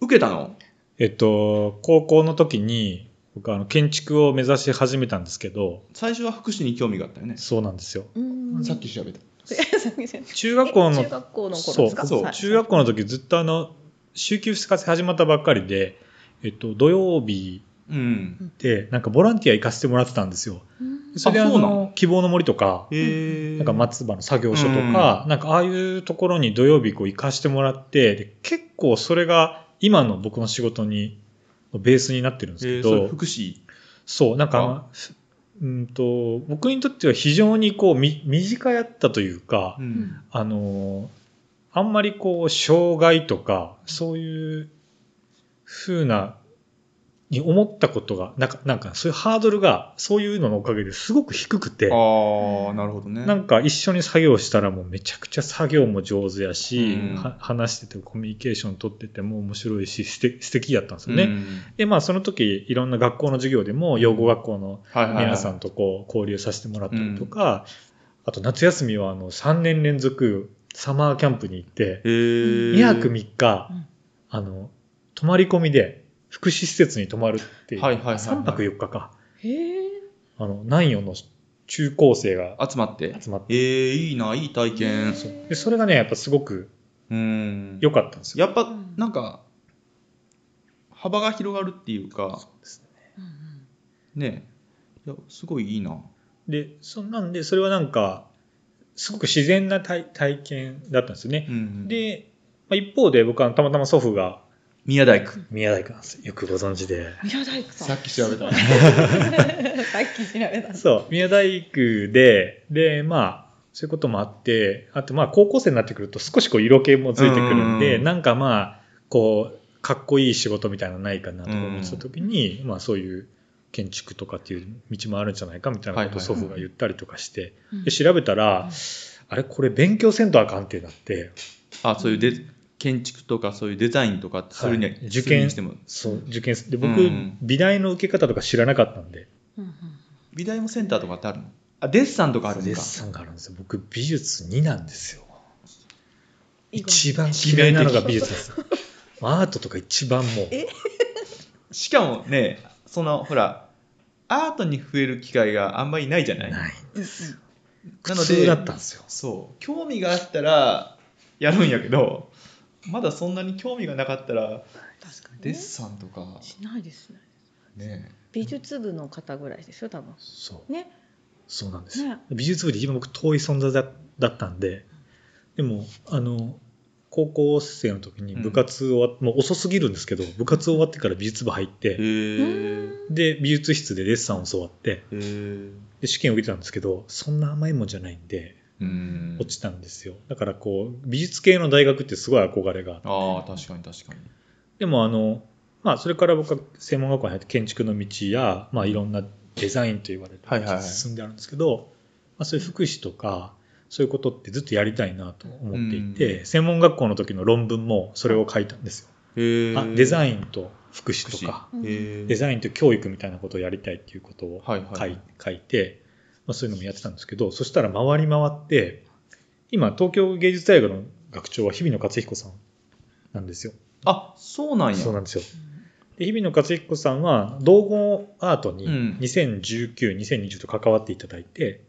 Speaker 2: 受けたの
Speaker 3: えっと高校の時に僕あの建築を目指し始めたんですけど
Speaker 2: 最初は福祉に興味があったよね
Speaker 3: そうなんですよ
Speaker 1: うん。
Speaker 2: さっき調べた
Speaker 1: さっき先生
Speaker 3: 中学校の
Speaker 1: え中学校の頃ですか。
Speaker 2: そうそう
Speaker 1: はい
Speaker 3: 中学校の時ずっとあの週休2日制始まったばっかりで、えっと、土曜日
Speaker 2: うん
Speaker 3: でなんかボランティア行かせてもらってたんですよ
Speaker 1: うん
Speaker 3: それであ
Speaker 2: そうなの
Speaker 3: の希望の森とか
Speaker 2: へえ
Speaker 3: なんか松葉の作業所とか、なんかああいうところに土曜日こう行かしてもらってで結構それが今の僕の仕事にベースになってるんです
Speaker 2: え
Speaker 3: け
Speaker 2: ー
Speaker 3: ど、
Speaker 2: それ福祉
Speaker 3: そう、なんか、うんと、僕にとっては非常にこう、み、短やったというか、
Speaker 2: ん
Speaker 3: あの、あんまりこう、障害とか、そういうふうな、に思ったことが、なんか、なんか、そういうハードルが、そういうののおかげですごく低くて、
Speaker 2: ああなるほどね
Speaker 3: なんか一緒に作業したらもうめちゃくちゃ作業も上手やし、
Speaker 2: うん
Speaker 3: は話しててコミュニケーション取ってても面白いし、して素敵やったんですよね。
Speaker 2: うん
Speaker 3: で、まあその時、いろんな学校の授業でも、養護学校の
Speaker 2: はいはいはい
Speaker 3: 皆さんとこう交流させてもらったりとか、あと夏休みはあの3年連続サマーキャンプに行って、
Speaker 2: へえ
Speaker 3: 2泊3日、
Speaker 1: うん
Speaker 3: あの、泊まり込みで福祉施設に泊まるっていう、
Speaker 2: はいはいはいはい
Speaker 3: 3泊4日か、
Speaker 1: へえ。
Speaker 3: あの、南予の中高生が
Speaker 2: 集まって
Speaker 3: 集まって、
Speaker 2: えー、いいないい体験
Speaker 1: そう
Speaker 3: で、それがね、やっぱすごく
Speaker 2: うん
Speaker 3: 良かったんですよ。
Speaker 2: やっぱなんか幅が広がるっていうか
Speaker 1: うん
Speaker 2: ねいやすごいいいな
Speaker 3: で、そんなんで、それはなんか、すごく自然な体体験だったんですよね。
Speaker 2: うん
Speaker 3: で、まあ、一方で僕はたまたま祖父が
Speaker 2: 宮大工
Speaker 3: 宮大工なんですよ。よくご存知で。
Speaker 1: うん。宮大工さん。
Speaker 2: っき調べ
Speaker 1: さっ
Speaker 2: た
Speaker 1: き調べた。
Speaker 3: そう、宮大工で、で、まあ、そういうこともあって、あとまあ、高校生になってくると少しこう色気もついてくるん
Speaker 2: う
Speaker 3: で、
Speaker 2: ん
Speaker 3: なんかまあ、こう、かっこいい仕事みたいなのないかなとか思ってた時に、まあそういう建築とかっていう道もあるんじゃないかみたいなこ
Speaker 2: はい
Speaker 3: とを
Speaker 2: はい
Speaker 3: 祖
Speaker 2: はい
Speaker 3: 父が言ったりとかして、
Speaker 1: うん
Speaker 3: で調べたら、あれこれ勉強せんとあかんってなって、
Speaker 2: *laughs* あそういうで建築とかそういうデザインとかするには、
Speaker 3: はい
Speaker 2: す
Speaker 3: 受
Speaker 2: るに
Speaker 3: 験
Speaker 2: しても
Speaker 3: そう、受験すで、僕、
Speaker 2: うん
Speaker 3: 美大の受け方とか知らなかったんで、
Speaker 1: うんうん
Speaker 2: 美大もセンターとかってあるのあデッサンとかあるん
Speaker 3: デッ
Speaker 2: か
Speaker 3: サンがあるんですよ。僕、美術2なんですよ。
Speaker 1: 以後
Speaker 3: 一番嫌いなのが美術です。アートとか一番もう。
Speaker 1: え
Speaker 2: しかもねそのほらアートに触れる機会があんまりないじゃない
Speaker 3: ない。
Speaker 2: な
Speaker 3: 苦
Speaker 2: の
Speaker 3: 痛だっ
Speaker 2: で
Speaker 3: たんですよ。
Speaker 2: そう興味があったらやるんやけどまだそんなに興味がなかったら
Speaker 1: 確かにね
Speaker 2: デッサンとか
Speaker 1: しないですね
Speaker 2: ね
Speaker 1: 美術部の方ぐらいですよ多分
Speaker 3: そう。
Speaker 1: ね
Speaker 3: そうなんですよ。
Speaker 1: ね
Speaker 3: 美術部で一番僕、遠い存在だだったんで、でも、あの、高校生の時に部活終わっもう遅すぎるんですけど、部活終わってから美術部入っ
Speaker 2: へ
Speaker 3: て、
Speaker 2: え
Speaker 3: で、美術室でデッサンを教わって、
Speaker 2: へえ
Speaker 3: で試験を受けてたんですけど、そんな甘いもんじゃないんで、
Speaker 2: うん
Speaker 3: 落ちたんですよだからこう美術系の大学ってすごい憧れがあって
Speaker 2: ああ確かに確かに
Speaker 3: でもあのまあそれから僕は専門学校に入って建築の道やまあいろんなデザインと言われる
Speaker 2: はいはいはい
Speaker 3: 進んであるんですけど、あ、そういう福祉とか、そういうことってずっとやりたいなと思っていて、専門学校の時の論文もそれを書いたんですよ。あデザインと福祉とか、デザインと教育みたいなことをやりたいっていうことを書い,、
Speaker 2: はいはい
Speaker 3: 書いて、まあ、そういうのもやってたんですけど、そしたら回り回って、今、東京芸術大学の学長は日比野克彦さんなんですよ。
Speaker 2: あそうなんや
Speaker 3: そうなんですよ。で日比野克彦さんは道後アートに
Speaker 2: うん
Speaker 3: 2019、2020と関わっていただいて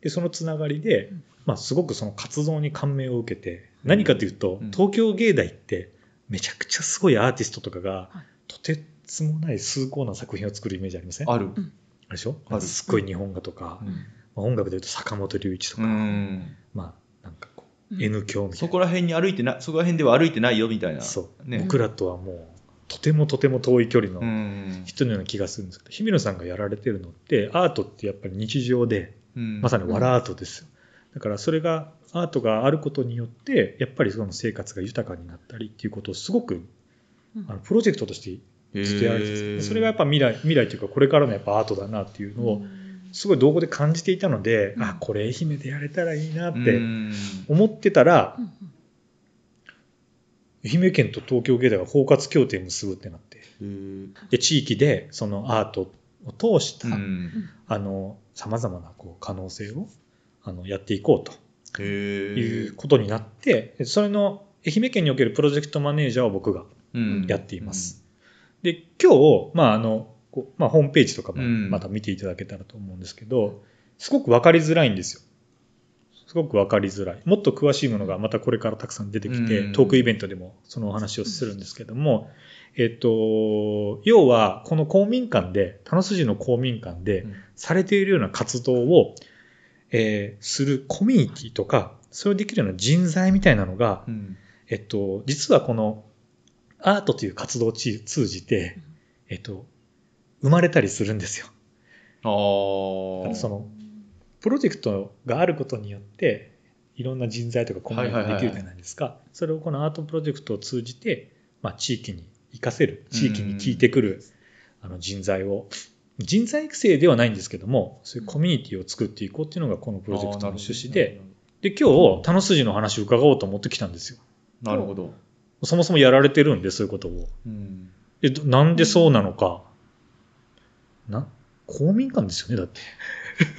Speaker 3: でそのつながりで、まあ、すごくその活動に感銘を受けて何かというと、
Speaker 2: うん
Speaker 3: 東京芸大ってめちゃくちゃすごいアーティストとかが、とてつもない崇高な作品を作るイメージありませんあ
Speaker 2: ある
Speaker 3: れでしょ
Speaker 2: ある
Speaker 3: すっごい日本画とか、まあ音楽でいうと坂本龍一と
Speaker 2: う
Speaker 3: か、
Speaker 2: ん
Speaker 3: まあなんかこ
Speaker 1: う
Speaker 3: うん N 響みた
Speaker 2: そ
Speaker 3: いな、
Speaker 2: こら辺に歩いてないそこら辺では歩いてないよみたいな
Speaker 3: そう
Speaker 2: ね
Speaker 3: 僕らとはもうとてもとても遠い距離の、
Speaker 2: うん
Speaker 3: 人のような気がするんですけど日比野さんがやられてるのってアートってやっぱり日常で
Speaker 2: うん
Speaker 3: まさにわらアートですよ、だからそれがアートがあることによってやっぱりその生活が豊かになったりっていうことをすごく
Speaker 1: うん
Speaker 3: あのプロジェクトとして
Speaker 2: へー
Speaker 3: ずっとやられてたんですよでそれがやっぱ未来未来というかこれからのやっぱアートだなっていうのをすごい動画で感じていたので、
Speaker 1: うん
Speaker 3: あこれ愛媛でやれたらいいなっ
Speaker 2: う
Speaker 3: て
Speaker 2: ん
Speaker 3: 思ってたら、
Speaker 1: うん
Speaker 3: 愛媛県と東京芸大が包括協定結ぶってなって
Speaker 2: へー
Speaker 3: で地域でそのアートを通した、
Speaker 2: うん
Speaker 3: あの、様々なこう可能性をあのやっていこう
Speaker 2: へ
Speaker 3: と
Speaker 2: ー
Speaker 3: いうことになって、それの愛媛県におけるプロジェクトマネージャーを僕が
Speaker 2: うん
Speaker 3: やっています。で、今日、まああの、こうまあ、ホームページとかも
Speaker 2: うん
Speaker 3: また見ていただけたらと思うんですけど、すごく分かりづらいんですよ。すごく分かりづらい。もっと詳しいものがまたこれからたくさん出てきて、
Speaker 2: うん
Speaker 3: トークイベントでもそのお話をするんですけども、えっと、要はこの公民館で、田野筋の公民館で、
Speaker 2: うん
Speaker 3: されているような活動を、えーするコミュニティとか、それをできるような人材みたいなのが、
Speaker 2: うん
Speaker 3: えっと、実はこのアートという活動をち通じて
Speaker 1: うん、
Speaker 3: えっと、生まれたりするんですよ。
Speaker 2: あ
Speaker 3: だか
Speaker 2: ー
Speaker 3: らその、プロジェクトがあることによって、いろんな人材とかコミュニティができるじゃないですか。それをこのアートプロジェクトを通じて、まあ、地域に活かせる、地域に効いてくる、あの人材を、人材育成ではないんですけども、そういうコミュニティを作っていこうっていうのがこのプロジェクトの趣旨で、で、今日、田野筋の話を伺おうと思ってきたんですよ。
Speaker 2: なるほど
Speaker 3: そもそもやられてるんで、そういうことを。
Speaker 2: うん
Speaker 3: え、どなんでそうなのか。な、公民館ですよね、だって。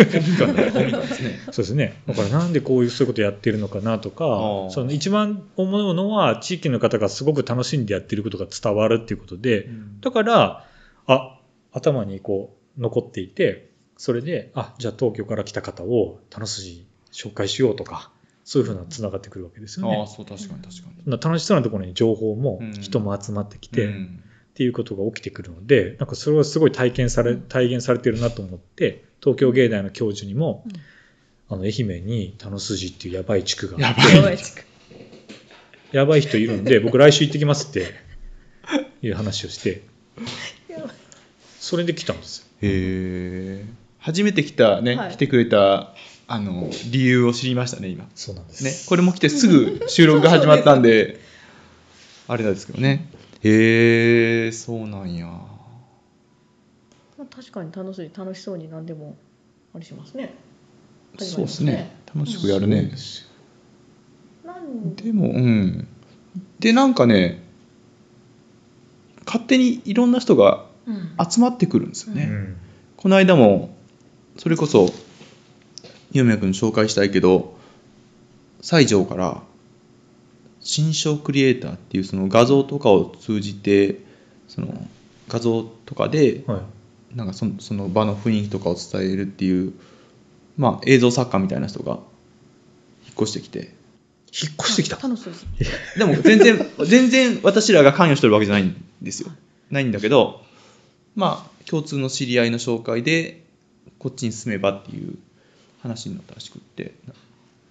Speaker 2: 公民館だよ公民館 *laughs* ですね
Speaker 3: そうですね。だからなんでこういうそういうことやってるのかなとか
Speaker 2: ああ、
Speaker 3: その一番思うのは地域の方がすごく楽しんでやってることが伝わるっていうことで、だから、あ、頭にこう残っていて、それで、あ、じゃあ東京から来た方を楽しい紹介しようとか、そういうふうな繋がってくるわけですよ
Speaker 2: ああ
Speaker 3: ね。
Speaker 2: そう確かに確かに
Speaker 3: な楽しそうなところに情報も
Speaker 2: うん
Speaker 3: 人も集まってき
Speaker 2: う
Speaker 3: て、
Speaker 2: ん
Speaker 3: っていうことが起きてくるので、なんかそれはすごい体験され、体現されてるなと思って、東京芸大の教授にも、あの、愛媛に田野筋っていうやばい地区が、
Speaker 2: やば
Speaker 1: やばい地区
Speaker 3: やばい人いるんで、僕来週行ってきますって、いう話をして、
Speaker 1: やばい
Speaker 3: それで来たんですよ。
Speaker 2: へえ初めて来たね、
Speaker 1: はい
Speaker 2: 来てくれたあの理由を知りましたね今
Speaker 3: そうなんです。
Speaker 2: ねこれも来てすぐ収録が始まったんであれなんですけどねへえそうなんや
Speaker 1: まあ確かに楽しい楽しそうに何でもあれしますね始
Speaker 2: そ
Speaker 1: まり
Speaker 2: うで
Speaker 1: ます
Speaker 2: ね楽しくやるね
Speaker 1: なんで
Speaker 2: でもうんでなんかね勝手にいろんな人が
Speaker 1: うん
Speaker 2: 集まってくるんですよね、
Speaker 3: うん。
Speaker 2: この間もそれこそ二宮君紹介したいけど西条から新章クリエイターっていうその画像とかを通じてその画像とかで
Speaker 3: はい。
Speaker 2: なんかそのその場の雰囲気とかを伝えるっていう、まあ、映像作家みたいな人が引っ越してきて
Speaker 3: 引っ越してきた。
Speaker 1: 楽しそう
Speaker 2: でも全然全然私らが関与してるわけじゃないんですよないんだけどまあ共通の知り合いの紹介でこっちに住めばっていう話になったらしくって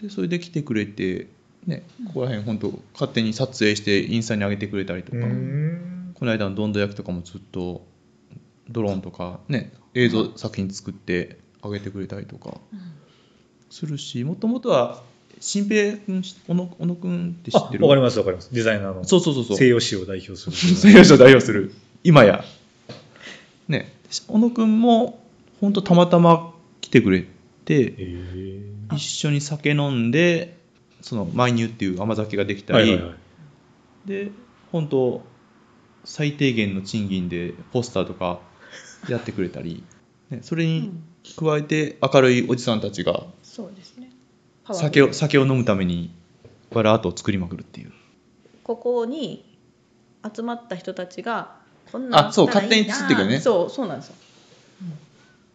Speaker 2: でそれで来てくれてねここら辺本当勝手に撮影してインスタに上げてくれたりとか、
Speaker 3: ん。
Speaker 2: この間のどんど焼きとかもずっとドローンとかね映像作品作ってあげてくれたりとかするしもともとは新平君し小野小野君って知
Speaker 3: あ、
Speaker 2: ってる
Speaker 3: わかりますわかります。デザイナーの
Speaker 2: そうそうそうそう
Speaker 3: 西洋史を代表する。
Speaker 2: 西洋史を代表する今やね小野君も本当たまたま来てくれって、
Speaker 3: へー
Speaker 2: 一緒に酒飲んでそのマイニューっていう甘酒ができた
Speaker 3: はい
Speaker 2: り、
Speaker 3: はいはい
Speaker 2: で本当最低限の賃金でポスターとかやってくれたり、ね、それ
Speaker 4: う
Speaker 2: に
Speaker 4: ん、
Speaker 2: 加えて明るいおじさんたちが
Speaker 4: そうですねパワフル
Speaker 2: 酒を酒を飲むためにバラアートを作りまくるっていう
Speaker 1: ここに集まった人たちがこんなん
Speaker 2: あそう
Speaker 1: あったら
Speaker 2: 勝
Speaker 1: い
Speaker 2: 手
Speaker 1: い
Speaker 2: に
Speaker 1: な
Speaker 2: 釣ってくるね
Speaker 1: そうそうなんですよ、
Speaker 2: うん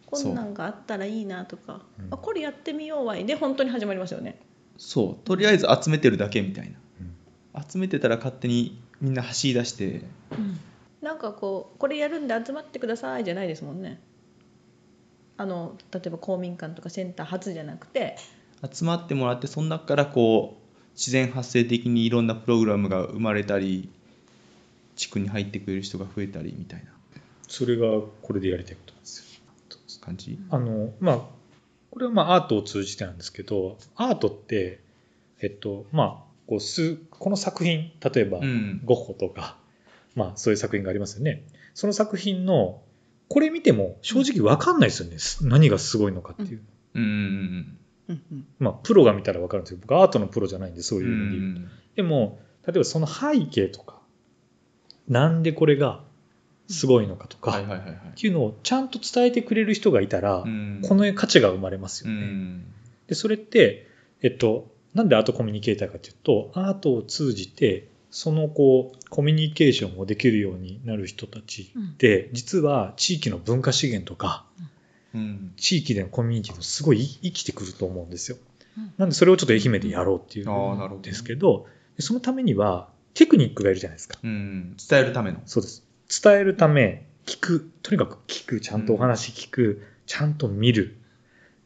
Speaker 1: こんなんがあったらいいなとか、
Speaker 3: うん
Speaker 1: あこれやってみようわいで本当に始まりますよね
Speaker 2: そうとりあえず集めてるだけみたいな
Speaker 3: うん
Speaker 2: 集めてたら勝手にみんな走り出して
Speaker 1: なんかこうこれやるんで集まってくださいじゃないですもんねあの例えば公民館とかセンター初じゃなくて
Speaker 2: 集まってもらってその中からこう自然発生的にいろんなプログラムが生まれたり地区に入ってくれる人が増えたりみたいな
Speaker 3: それがこれでやりたいことなんですよ
Speaker 2: 感じ
Speaker 3: あのまあこれはまあアートを通じてなんですけどアートってえっとまあこう数この作品例えば、
Speaker 2: うん
Speaker 3: ゴッホとか、まあ、そういう作品がありますよね。その作品の、これ見ても正直わかんないですよね。す何がすごいのかっていう。
Speaker 2: うんうん
Speaker 1: うんうん
Speaker 3: まあ、プロが見たらわかるんですけど、僕アートのプロじゃないんで、そう
Speaker 2: う
Speaker 3: い
Speaker 2: ん
Speaker 3: う
Speaker 2: う
Speaker 3: 意味で言う。
Speaker 2: ん
Speaker 3: でも、例えばその背景とか、なんでこれがすごいのかとか、
Speaker 2: はい
Speaker 3: っ
Speaker 2: はいはいはい
Speaker 3: ていうのをちゃんと伝えてくれる人がいたら、
Speaker 2: うん
Speaker 3: この価値が生まれます
Speaker 2: う
Speaker 3: よね。
Speaker 2: ん
Speaker 3: で、それって、えっと、なんでアートコミュニケーターかというと、アートを通じて、そのこう、コミュニケーションをできるようになる人たちって、実は地域の文化資源とか、
Speaker 2: うん
Speaker 3: 地域でのコミュニティとすごい生きてくると思うんですよ
Speaker 4: うん。
Speaker 3: なんでそれをちょっと愛媛でやろうってい
Speaker 2: ああなるほ
Speaker 3: う
Speaker 2: ど
Speaker 3: んですけど、でそのためにはテクニックがいるじゃないですか。
Speaker 2: うん伝えるための
Speaker 3: そうです。伝えるため、聞く。とにかく聞く。ちゃんとお話聞く。ちゃんと見る。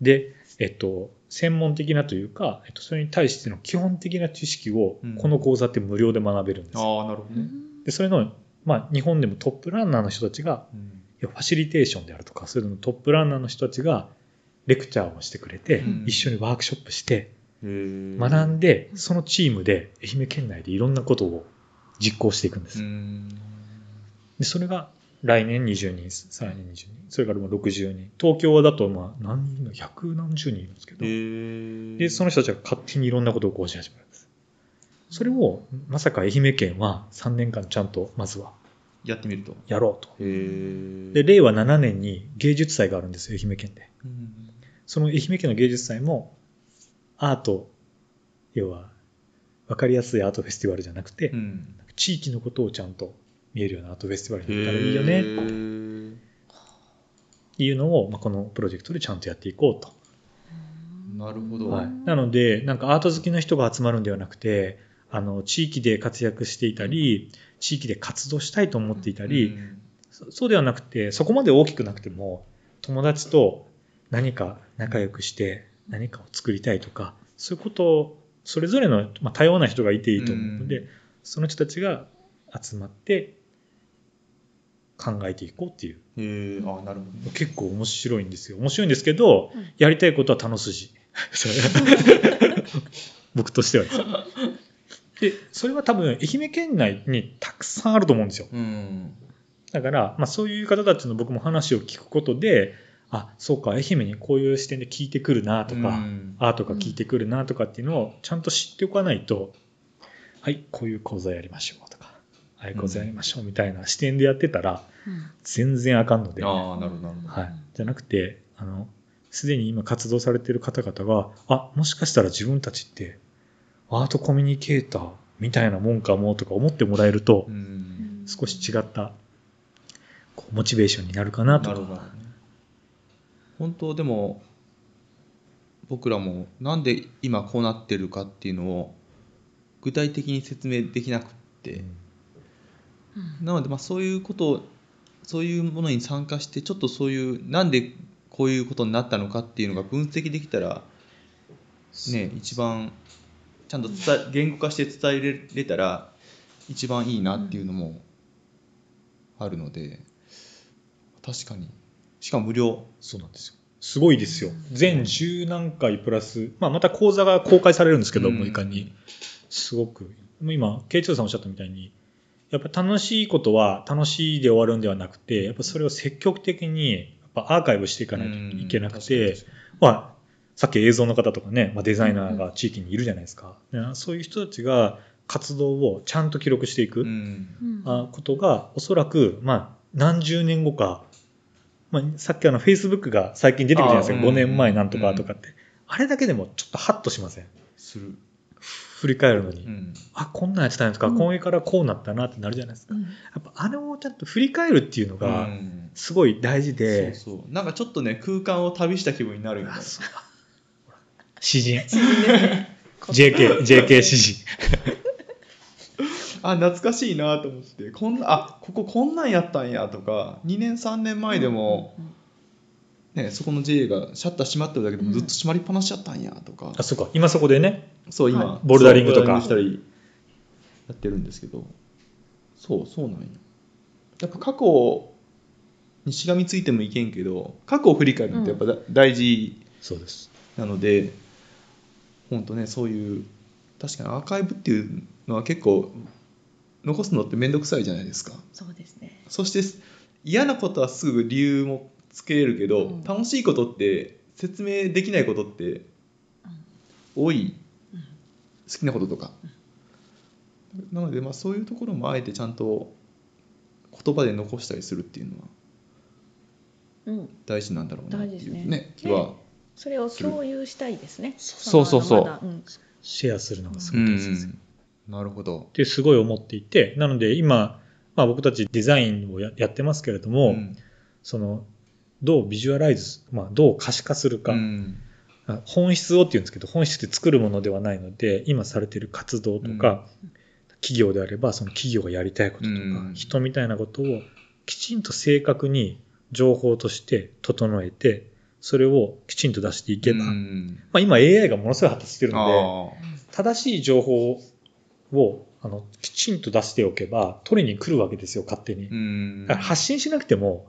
Speaker 3: で、えっと、専門的なというか、えっと、それに対しての基本的な知識を
Speaker 2: うん、
Speaker 3: この講座って無料で学べるんですよ、
Speaker 2: ああなるほど
Speaker 4: う
Speaker 2: ね
Speaker 4: ん
Speaker 3: で、それの、まあ、日本でもトップランナーの人たちが、
Speaker 2: うん
Speaker 3: いやファシリテーションであるとか、それのトップランナーの人たちが、レクチャーをしてくれて、
Speaker 2: うん
Speaker 3: 一緒にワークショップして、
Speaker 2: へー
Speaker 3: 学んで、そのチームで、愛媛県内でいろんなことを実行していくんです。
Speaker 2: うん
Speaker 3: で、それが来年20人、再来年20人、それからもう60人。東京だとまあ何人だ、百何十人いるんですけど、で、
Speaker 2: で
Speaker 3: その人たちが勝手にいろんなことをこうし始めるんです。それを、まさか愛媛県は3年間ちゃんと、まずは
Speaker 2: やってみると
Speaker 3: やろうと。
Speaker 2: へー
Speaker 3: で、令和7年に芸術祭があるんですよ、愛媛県で。
Speaker 2: うん
Speaker 3: その愛媛県の芸術祭も、アート、要は、わかりやすいアートフェスティバルじゃなくて、
Speaker 2: うん
Speaker 3: 地域のことをちゃんと見えるようなアートフェスティバルになったらいいよね、
Speaker 2: へー
Speaker 3: っていうのを、まあ、このプロジェクトでちゃんとやっていこうと。
Speaker 2: なるほど、
Speaker 3: はい、なのでなんかアート好きな人が集まるんではなくてあの地域で活躍していたり地域で活動したいと思っていたり、
Speaker 2: うん
Speaker 3: そそうではなくてそこまで大きくなくても友達と何か仲良くして何かを作りたいとかそういうことをそれぞれの、まあ、多様な人がいていいと思うので、
Speaker 2: うん
Speaker 3: その人たちが集まって考えていこうっていう
Speaker 2: へえああなるほどね
Speaker 3: 結構面白いんですよ面白いんですけど、
Speaker 4: うん
Speaker 3: やりたいことは
Speaker 4: *laughs*
Speaker 3: 楽筋それ僕としてはですよでそれは多分愛媛県内にたくさんあると思うんですよ
Speaker 2: うん
Speaker 3: だから、まあ、そういう方たちの僕も話を聞くことであそうか愛媛にこういう視点で聞いてくるなとか、
Speaker 2: うん
Speaker 3: アートが聞いてくるなとかっていうのをちゃんと知っておかないと、はいこういう講座やりましょうとかああいう講座やりましょうみたいな視点でやってたら
Speaker 4: うん
Speaker 3: 全然あかんので、
Speaker 2: ああなるほどなるほど
Speaker 3: はい、じゃなくてあのすでに今活動されてる方々があもしかしたら自分たちってアートコミュニケーターみたいなもんかもとか思ってもらえると
Speaker 2: うん
Speaker 3: 少し違ったこうモチベーションになるかなと
Speaker 2: な
Speaker 3: か
Speaker 2: るほどね本当でも僕らもなんで今こうなってるかっていうのを具体的に説明できなくって
Speaker 4: うん
Speaker 2: なのでまあそういうことをそういうものに参加してちょっとそういうなんでこういうことになったのかっていうのが分析できたらね一番ちゃんと伝え言語化して伝えれたら一番いいなっていうのもあるので確かにしかも無料
Speaker 3: そうなんですよすごいですよ全十何回プラス、まあ、また講座が公開されるんですけど、
Speaker 2: うん
Speaker 3: 6日にすごくもう今慶長さんおっしゃったみたいにやっぱ楽しいことは楽しいで終わるんではなくてやっぱそれを積極的にやっぱアーカイブしていかないといけなくて、
Speaker 2: うん確かに確かに
Speaker 3: まあ、さっき映像の方とかね、まあ、デザイナーが地域にいるじゃないですか、ねそういう人たちが活動をちゃんと記録していく、
Speaker 2: うん
Speaker 4: うん
Speaker 3: あことがおそらく、まあ、何十年後か、まあ、さっきあの Facebook が最近出てくるじゃないですか、
Speaker 2: あーうん
Speaker 3: 5年前なんとかとかって、あれだけでもちょっとハッとしません
Speaker 2: する、
Speaker 3: 振り返るのに、
Speaker 2: うん
Speaker 3: あこんなんやってたんですか、
Speaker 4: うん
Speaker 3: これからこうなったなってなるじゃないですか、
Speaker 4: うん
Speaker 3: やっぱあれをちゃんと振り返るっていうの
Speaker 2: う
Speaker 3: が
Speaker 2: ん
Speaker 3: すごい大事で、
Speaker 2: そうそうなんかちょっとね空間を旅した気分になるよね
Speaker 3: あそうほら詩
Speaker 2: *laughs*
Speaker 3: 人
Speaker 4: こ
Speaker 3: JK JK 詩人
Speaker 2: あ懐かしいなと思ってこんなあこここんなんやったんやとか2年3年前でも、ね、そこの JA がシャッター閉まってるだけでもずっと閉まりっぱなしやったんやとか、
Speaker 3: あそうか今そこでね
Speaker 2: そう今、
Speaker 4: は
Speaker 3: ボルダリングとか
Speaker 2: そうボルダリングしたりやってるんですけどそうそうなんややっぱ過去にしがみついてもいけんけど過去を振り返るってやっぱだ大事
Speaker 3: そうです
Speaker 2: なので本当ねそういう確かにアーカイブっていうのは結構残すのって面倒くさいじゃないですか
Speaker 4: そうですね
Speaker 2: そして嫌なことはすぐ理由もつけれるけど、
Speaker 4: うん
Speaker 2: 楽しいことって説明できないことって多い、
Speaker 4: うん
Speaker 2: 好きなこととか、なのでまあそういうところもあえてちゃんと言葉で残したりするっていうのは
Speaker 4: うん
Speaker 2: 大事なんだろうなって
Speaker 4: 大
Speaker 2: い
Speaker 4: 事
Speaker 2: う
Speaker 4: ですね
Speaker 2: 気は、
Speaker 4: それを共有したいですね
Speaker 2: そうそうそう
Speaker 4: のまだん
Speaker 3: シェアするのがす
Speaker 2: う
Speaker 3: ごい大事ですね、っ
Speaker 2: んなるほど、
Speaker 3: てすごい思っていてなので今、まあ、僕たちデザインをややってますけれども、
Speaker 2: うん
Speaker 3: そのどうビジュアライズ、まあ、どう可視化するか、
Speaker 2: うん
Speaker 3: あ本質をっていうんですけど本質って作るものではないので今されている活動とか、企業であればその企業がやりたいこととか、
Speaker 2: うん
Speaker 3: 人みたいなことをきちんと正確に情報として整えてそれをきちんと出していけば、
Speaker 2: うん
Speaker 3: まあ、今 AI がものすごい発達してるので。
Speaker 2: ああ
Speaker 3: 正しい情報をあのきちんと出しておけば取りに来るわけですよ勝手に、
Speaker 2: うん
Speaker 3: だから発信しなくても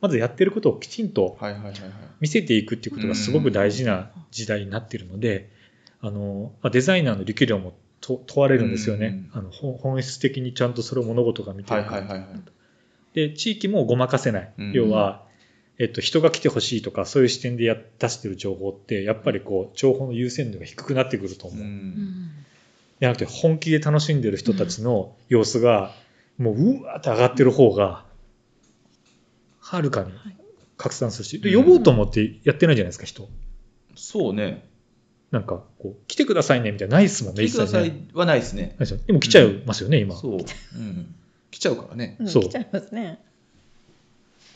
Speaker 3: まずやってることをきちんと
Speaker 2: はいはいはいはい
Speaker 3: 見せていくっていうことがすごく大事な時代になってるので、あのまあ、デザイナーの力量もと問われるんですよね、あのほ本質的にちゃんとそれを物事が見て
Speaker 2: は
Speaker 3: る
Speaker 2: い
Speaker 3: か
Speaker 2: はい
Speaker 3: ら
Speaker 2: はいはい
Speaker 3: で地域もごまかせない、
Speaker 2: うん
Speaker 3: 要は、えっと、人が来てほしいとかそういう視点でや出してる情報ってやっぱりこう情報の優先度が低くなってくると思う、
Speaker 4: うん
Speaker 3: じゃなくて本気で楽しんでる人たちの様子が、もううわーって上がってる方がはるかに拡散するしで
Speaker 2: う
Speaker 3: 呼
Speaker 2: ん
Speaker 3: ぼうと思ってやってないじゃないですか人
Speaker 2: そうね
Speaker 3: なんかこう来てくださいねみたいなないっすもんね
Speaker 2: 来てくださ
Speaker 3: ね
Speaker 2: いはないですね
Speaker 3: ないですよでも来ちゃいますよね、今
Speaker 2: そう、うん、来ちゃうからね
Speaker 4: うん
Speaker 3: そう
Speaker 4: 来ちゃいますね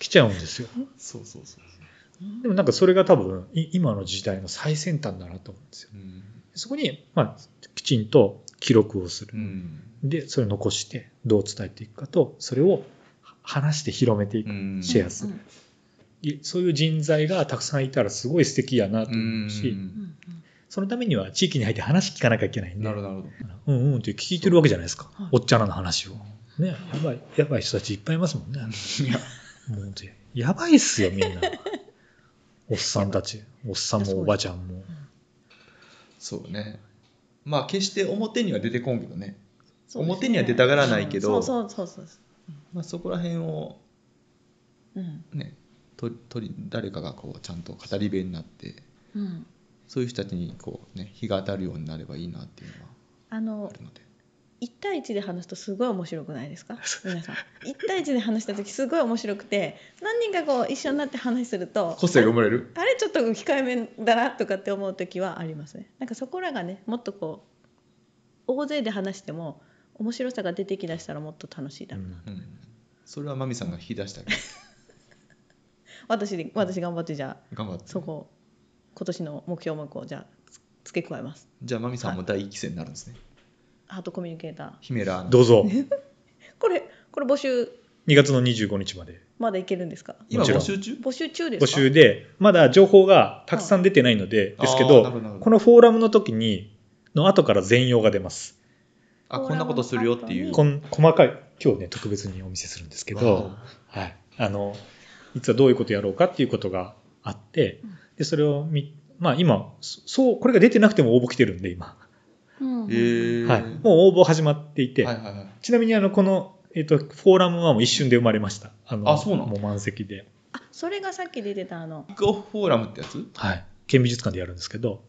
Speaker 3: 来ちゃうんですよ
Speaker 2: そうそうそう、
Speaker 3: でもなんかそれが多分い今の時代の最先端だなと思うんですよ
Speaker 2: うん
Speaker 3: そこに、まあ、きちんと記録をする、
Speaker 2: うん
Speaker 3: でそれを残してどう伝えていくかとそれを話して広めていく、
Speaker 2: うん
Speaker 3: シェアする、いそういう人材がたくさんいたらすごい素敵やなと思うし、
Speaker 4: うんうん
Speaker 3: そのためには地域に入って話聞かなきゃいけないんで、
Speaker 2: なるほどなるほど
Speaker 3: うんうんって聞いてるわけじゃないですか、
Speaker 4: はい
Speaker 3: おっちゃらの話を。ね、やばい、やばい人たちいっぱいいますもんね。もう本当にやばいっすよ、み
Speaker 2: *laughs*
Speaker 3: んな。おっさんたち、おっさんもおばちゃんも。
Speaker 2: そうねまあ決して表には出てこんけどね、
Speaker 4: そうですね
Speaker 2: 表には出たがらないけど
Speaker 4: うんそうそうそうそ
Speaker 2: まあ、そこら辺を
Speaker 4: ううん
Speaker 2: ねと取り誰かがこうちゃんと語り部になって
Speaker 4: うん
Speaker 2: そういう人たちにこうね日が当たるようになればいいなっていうのは
Speaker 4: あ
Speaker 2: あ
Speaker 4: の
Speaker 2: るので
Speaker 4: 一対一で話すとすごい面白くないですか皆さん一対一で話した時すごい面白くて何人かこう一緒になって話すると
Speaker 2: 個性が生まれる
Speaker 4: あれちょっと控えめだなとかって思う時はありますねなんかそこらがねもっとこう大勢で話しても面白さが出てきだしたらもっと楽しいだろうな、
Speaker 2: うんそれはマミさんが引き出したけど
Speaker 4: 私で私頑張ってじゃあ
Speaker 2: 頑張って
Speaker 4: そこを今年の目標もこうじゃあつ付け加えます
Speaker 2: じゃあマミさんも第一期生になるんですね
Speaker 4: ハートコミュニケーター
Speaker 2: 姫らアナ
Speaker 3: どうぞ、
Speaker 4: これこれ募集
Speaker 3: 2月の25日まで
Speaker 4: まだいけるんですか
Speaker 2: 今
Speaker 3: もちろ
Speaker 2: 募
Speaker 3: ん
Speaker 2: 集中
Speaker 4: 募集中ですか
Speaker 3: 募集で、まだ情報がたくさん出てないので、
Speaker 2: あ
Speaker 3: ですけ
Speaker 2: あーな
Speaker 3: ど
Speaker 2: るほどなるほ、ど
Speaker 3: このフォーラムの時に、の後から全容が出ます。
Speaker 2: あこんなことするよっていう
Speaker 4: うん
Speaker 3: こん細かい、今日ね、特別にお見せするんですけど、はい、あの実はどういうことやろうかっていうことがあって
Speaker 4: うん
Speaker 3: でそれをみ、まあ、今そそうこれが出てなくても応募来てるんで今、
Speaker 4: うんうん
Speaker 2: えー、
Speaker 3: はい、もう応募始まっていて、
Speaker 2: はいはいはい
Speaker 3: ちなみにあのこの、えっとフォーラムはもう一瞬で生まれましたあの
Speaker 2: あそうなの
Speaker 3: もう満席で、
Speaker 4: あそれがさっき出てたあの
Speaker 2: キックオフフォーラムってやつ
Speaker 3: はい、県美術館でやるんですけど、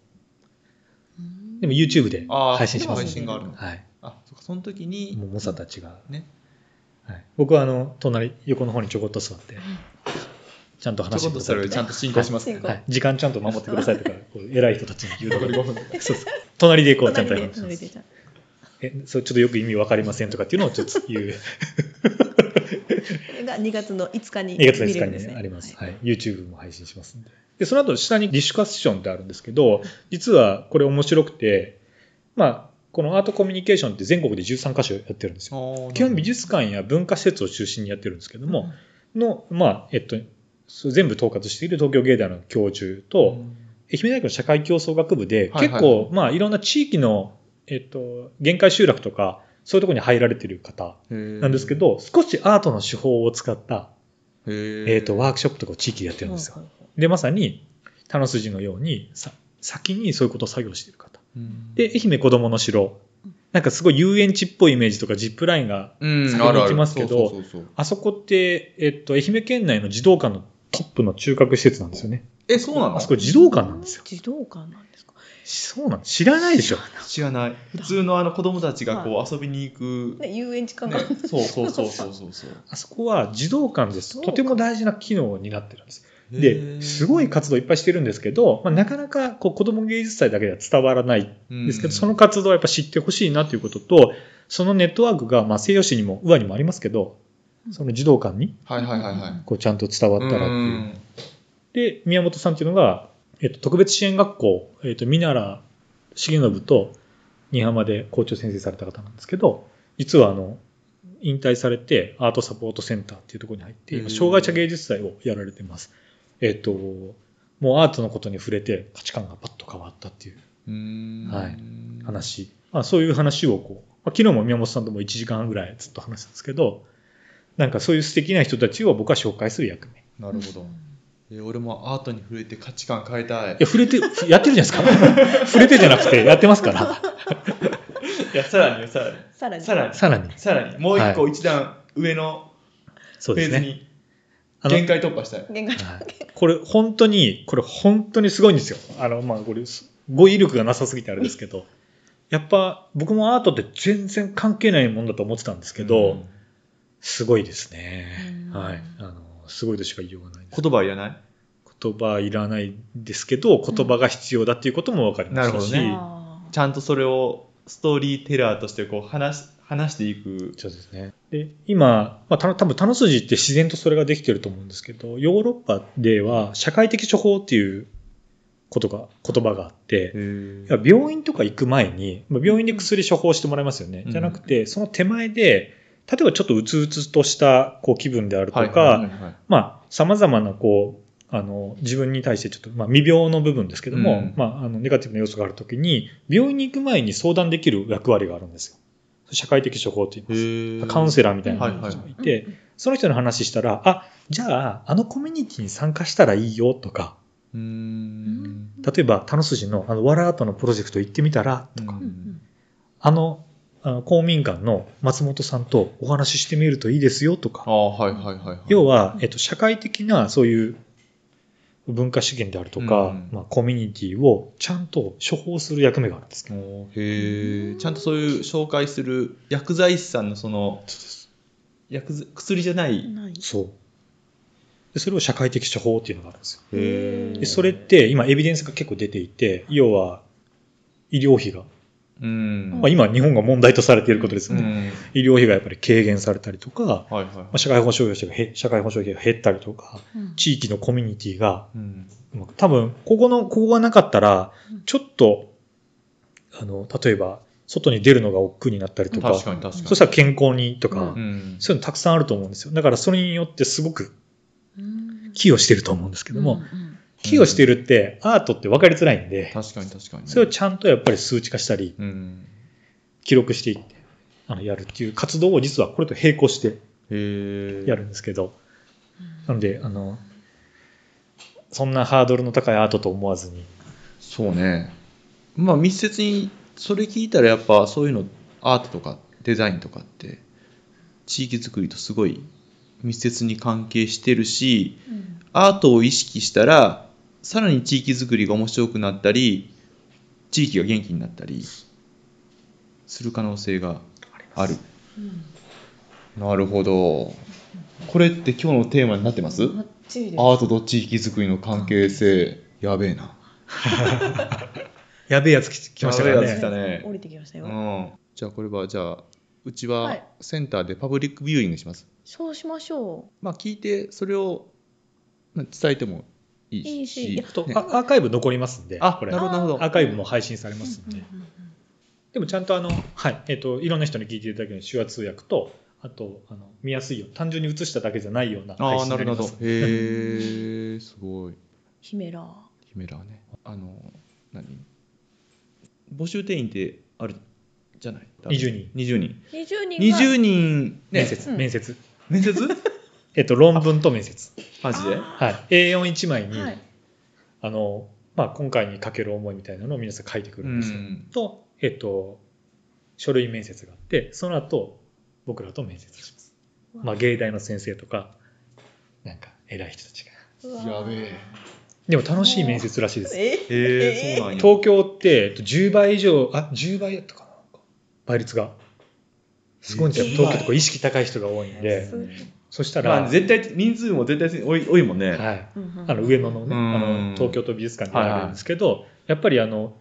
Speaker 3: でも YouTube で
Speaker 2: あー
Speaker 3: 配信します。
Speaker 2: 配信があるの
Speaker 3: はい。
Speaker 2: あ、そっか、その時
Speaker 3: もう
Speaker 2: に、
Speaker 3: 猛者たちが。
Speaker 2: ね。
Speaker 3: はい、僕はあの、隣、横の方にちょこっと座って、ちゃんと
Speaker 2: ちょ
Speaker 3: 話
Speaker 2: こ
Speaker 3: し
Speaker 2: って
Speaker 3: く
Speaker 2: と
Speaker 3: だ
Speaker 2: そ
Speaker 3: さい
Speaker 2: れを
Speaker 3: と
Speaker 2: ちゃんと進行しますね。
Speaker 4: 進行
Speaker 3: はい、時間ちゃんと守ってくださいとか、こう偉い人たちに言うと
Speaker 2: 残
Speaker 3: か *laughs*
Speaker 2: り5分。
Speaker 3: そうそう。隣でこうちゃんと
Speaker 4: 隣
Speaker 3: やる
Speaker 4: で隣でちゃんと
Speaker 3: え、そう、ちょっとよく意味わかりませんとかっていうのをちょっと *laughs* 言う、
Speaker 4: これが2月の5日に
Speaker 3: 2月の
Speaker 4: 見れ
Speaker 3: 5日
Speaker 4: るんです
Speaker 3: に
Speaker 4: ね
Speaker 3: ねあります。
Speaker 4: はい
Speaker 3: はい。YouTube も配信しますんで。で、その後、下にディッシュカッションってあるんですけど、実はこれ面白くて、まあ、このアートコミュニケーションって全国で13カ所やってるんですよ。基本美術館や文化施設を中心にやってるんですけども、の、まあ、えっと、そう全部統括している東京芸大の教授と、愛媛大学の社会競争学部で、
Speaker 2: はいはい
Speaker 3: 結構、まあ、いろんな地域の、えっと、限界集落とか、そういうところに入られてる方な
Speaker 2: なん
Speaker 3: ですけ、ど、少しアートの手法を使った、
Speaker 2: へー
Speaker 3: えっと、ワークショップとかを地域でやってるんですよ。で、まさに、田の筋のように、さ、先にそういうことを作業している方。
Speaker 2: うん
Speaker 3: で、愛媛子供の城。なんかすごい遊園地っぽいイメージとか、ジップラインが
Speaker 2: うん、
Speaker 3: 先に行きますけど
Speaker 2: あるあるそうそうそうそう
Speaker 3: あそこって、えっと、愛媛県内の児童館のトップの中核施設なんですよね。
Speaker 2: え、そうなの
Speaker 3: あそこ児童館なんですよ。
Speaker 4: 児童館なんですか
Speaker 3: そうなん知らないでしょ。
Speaker 2: 知らない。普通のあの子供たちがこう遊びに行く。
Speaker 4: ね遊園地感
Speaker 2: ね
Speaker 4: が、
Speaker 2: そうそうそう
Speaker 4: *laughs*
Speaker 2: そうそうそう。
Speaker 3: あそこは児童館で
Speaker 4: 児
Speaker 3: す。
Speaker 4: 童
Speaker 3: と
Speaker 4: 館
Speaker 3: ても大事な機能になってるんです。
Speaker 2: へ
Speaker 3: で、
Speaker 2: ー
Speaker 3: すごい活動いっぱいしてるんですけど、まあ、なかなかこう子供芸術祭だけでは伝わらないん
Speaker 2: うん
Speaker 3: ですけど、その活動はやっぱ知ってほしいなということと、そのネットワークが、まあ、西洋市にも、宇和にもありますけど、その児童館に
Speaker 2: はいはいはいはい。
Speaker 3: こうちゃんと伝わったら
Speaker 2: う
Speaker 3: っていうんで、宮本さんっていうのが、えっと、特別支援学校、えっと、三奈良重信と新浜で校長先生された方なんですけど、実はあの、引退されてアートサポートセンターっていうところに入って、
Speaker 2: へ
Speaker 3: 今、
Speaker 2: ー
Speaker 3: 障害者芸術祭をやられてます。えっと、もうアートのことに触れて価値観がパッと変わったっていう
Speaker 2: うーん
Speaker 3: はい。話。まあ、そういう話をこう、まあ昨日も宮本さんとも1時間半ぐらいずっと話したんですけど、なんかそういう素敵な人たちを僕は紹介する役目。い
Speaker 2: なるほど。え俺もアートに触れて価値観変えたい。
Speaker 3: や、触れて、やってるじゃないですか。触 *laughs* れてじゃなくて、やってますから。
Speaker 2: いや、さらによさらに。
Speaker 4: さらに
Speaker 2: *laughs* さらに。
Speaker 3: さらに。
Speaker 2: さらに。もう一個
Speaker 3: は
Speaker 2: 一段上の
Speaker 3: そ
Speaker 2: フェーズ。に
Speaker 3: あの
Speaker 2: 限界突破したい。
Speaker 4: 限界
Speaker 3: はいこれ本当に、これ本当にすごいんですよ。あの、まあ、これ、語彙力がなさすぎてあれですけど、やっぱ僕もアートって全然関係ないもんだと思ってたんですけど、
Speaker 2: うん
Speaker 3: すごいですね
Speaker 4: う。ん
Speaker 3: はい。あの、すごいとしか言いようがないです。
Speaker 2: 言葉いらない
Speaker 3: 言葉いらないですけど、言葉が必要だっていうことも分かりましたし、
Speaker 2: なるほどね
Speaker 4: あ
Speaker 2: ちゃんとそれをストーリーテラーとしてこう話し話していく。
Speaker 3: そうですね。で、今、まあ、た多分、タノスジって自然とそれができてると思うんですけど、ヨーロッパでは社会的処方っていうことが、言葉があって、いや病院とか行く前に、まあ病院で薬処方してもらいますよね。
Speaker 2: うん
Speaker 3: じゃなくて、その手前で、例えばちょっとうつうつとしたこう気分であるとか、
Speaker 2: はいはいはいはい
Speaker 3: まあ、様々な、こう、あの、自分に対してちょっと、まあ、未病の部分ですけども、
Speaker 2: うん
Speaker 3: まあ、あの、ネガティブな要素があるときに、病院に行く前に相談できる役割があるんですよ。社会的処方って言います。
Speaker 2: へー
Speaker 3: カウンセラーみたいな
Speaker 2: はい
Speaker 3: 人が
Speaker 2: はいい
Speaker 3: て、
Speaker 2: はい
Speaker 3: その人の話したら、あ、じゃあ、あのコミュニティに参加したらいいよとか、
Speaker 2: うーん。
Speaker 3: 例えば、田野筋の、あの、ワラアートのプロジェクト行ってみたら、とか、
Speaker 2: うん
Speaker 3: あの、あの公民館の松本さんとお話ししてみるといいですよとか
Speaker 2: あ、あ、はいはいはいはい。
Speaker 3: 要
Speaker 2: は、
Speaker 3: は、えっと、社会的なそういう文化資源であるとか、
Speaker 2: うん
Speaker 3: まあ、コミュニティをちゃんと処方する役目があるんですけど、
Speaker 2: へえ。ちゃんとそういう紹介する薬剤師さんのその、薬剤薬じゃな
Speaker 4: ー
Speaker 2: い。
Speaker 4: ない
Speaker 3: そうでそれを社会的処方っていうのがあるんですよ
Speaker 2: へ
Speaker 3: でそれっ、て今エビデンスが結構出ていて要は医療費が、
Speaker 2: うん。
Speaker 3: まあ、今日本が問題とされていることです
Speaker 2: う
Speaker 3: よね、
Speaker 2: ん。
Speaker 3: 医療費がやっぱり軽減されたりとか、ま
Speaker 2: はいはいはい
Speaker 3: あ、。社会保障費が減社会保障費が減ったりとか
Speaker 4: うん
Speaker 3: 地域のコミュニティが
Speaker 2: うん。
Speaker 3: うまく多分、ここの、ここがなかったら
Speaker 4: うん、
Speaker 3: ちょっと、あの、例えば、外に出るのが億劫になったりとか、
Speaker 2: 確かに確かに。
Speaker 3: そしたら健康にいいとか、
Speaker 4: うん
Speaker 2: うん。
Speaker 3: そういうのたくさんあると思うんですよ。だからそれによってすごく
Speaker 4: うん
Speaker 3: 寄与してると思うんですけども、
Speaker 4: うんうん
Speaker 3: 寄与してるってアートって分かりづらいんで、
Speaker 2: 確かに確かに。
Speaker 3: それをちゃんとやっぱり数値化したり、
Speaker 2: うん。
Speaker 3: 記録していって、あの、やるっていう活動を実はこれと並行して
Speaker 2: へえ。
Speaker 3: やるんですけど、なので、あの、そんなハードルの高いアートと思わずに、
Speaker 2: そうね。まあ密接に、それ聞いたらやっぱそういうの、アートとかデザインとかって、地域づくりとすごい密接に関係してるし、
Speaker 4: うん
Speaker 2: アートを意識したら、さらに地域づくりが面白くなったり地域が元気になったりする可能性があるなるほどこれって今日のテーマになってます
Speaker 5: ばっちりです
Speaker 2: アートと地域づくりの関係性やべえな
Speaker 3: やべえやつき来ましたから
Speaker 2: やべえやつ来
Speaker 3: ね。
Speaker 2: たね
Speaker 1: 降りてきましたよ、
Speaker 2: うんじゃあこれはじゃあうち
Speaker 1: は
Speaker 2: はいセンターでパブリックビューイングします、
Speaker 1: そうしましょ
Speaker 2: まあ聞いてそれをまあ伝えてもいいし
Speaker 1: いいしいや
Speaker 2: ね
Speaker 3: とあアーカイブ残りますんで、
Speaker 2: あ
Speaker 3: これ
Speaker 2: な
Speaker 3: ア
Speaker 2: るほどなるほど
Speaker 3: ーカイブも配信されますんで。
Speaker 5: うんうん
Speaker 3: でもちゃんとあの、はい、えっ、と、いろんな人に聞いていただけるように手話通訳と、あと、あの、見やすいよう、単純に映しただけじゃないような配
Speaker 2: ああ
Speaker 3: 信に
Speaker 2: な
Speaker 3: な
Speaker 2: る
Speaker 3: りま
Speaker 2: ほ
Speaker 3: す。
Speaker 2: どへえすごいう
Speaker 1: ヒメラー
Speaker 2: 姫らはねあの何募集定員ってあるじゃない
Speaker 3: 20人
Speaker 2: 20人
Speaker 1: 20人が
Speaker 2: 20人
Speaker 3: 面
Speaker 2: ね
Speaker 3: 接、
Speaker 1: うん
Speaker 3: 面接。
Speaker 2: 面接
Speaker 3: えっ、と、論文と面接。
Speaker 2: マジで
Speaker 3: はい。A41 枚に、
Speaker 1: はい
Speaker 3: あの、まあ、今回にかける思いみたいなのを皆さん書いてくるんですよ。
Speaker 2: うん
Speaker 3: と、えっ、と、書類面接があって、その後、僕らと面接します。まあ、芸大の先生とか、なんか、偉い人たちが。
Speaker 1: うわー
Speaker 2: やべえ
Speaker 3: でも楽しい面接らしいです。
Speaker 1: え
Speaker 2: へえそうなんや
Speaker 3: 東京って、えっと10倍以上、あ、10倍やったかな倍率が。すごいんですよ。
Speaker 2: えー
Speaker 3: 東京とか意識高い人が多いんで、
Speaker 1: す
Speaker 3: そしたら、
Speaker 2: まあ絶対人数も絶対多い多いもんね、
Speaker 3: はい。
Speaker 1: うんうん
Speaker 3: あの、上野のね、
Speaker 2: うん
Speaker 3: あの、東京都美術館でやるんですけど、やっぱりあの、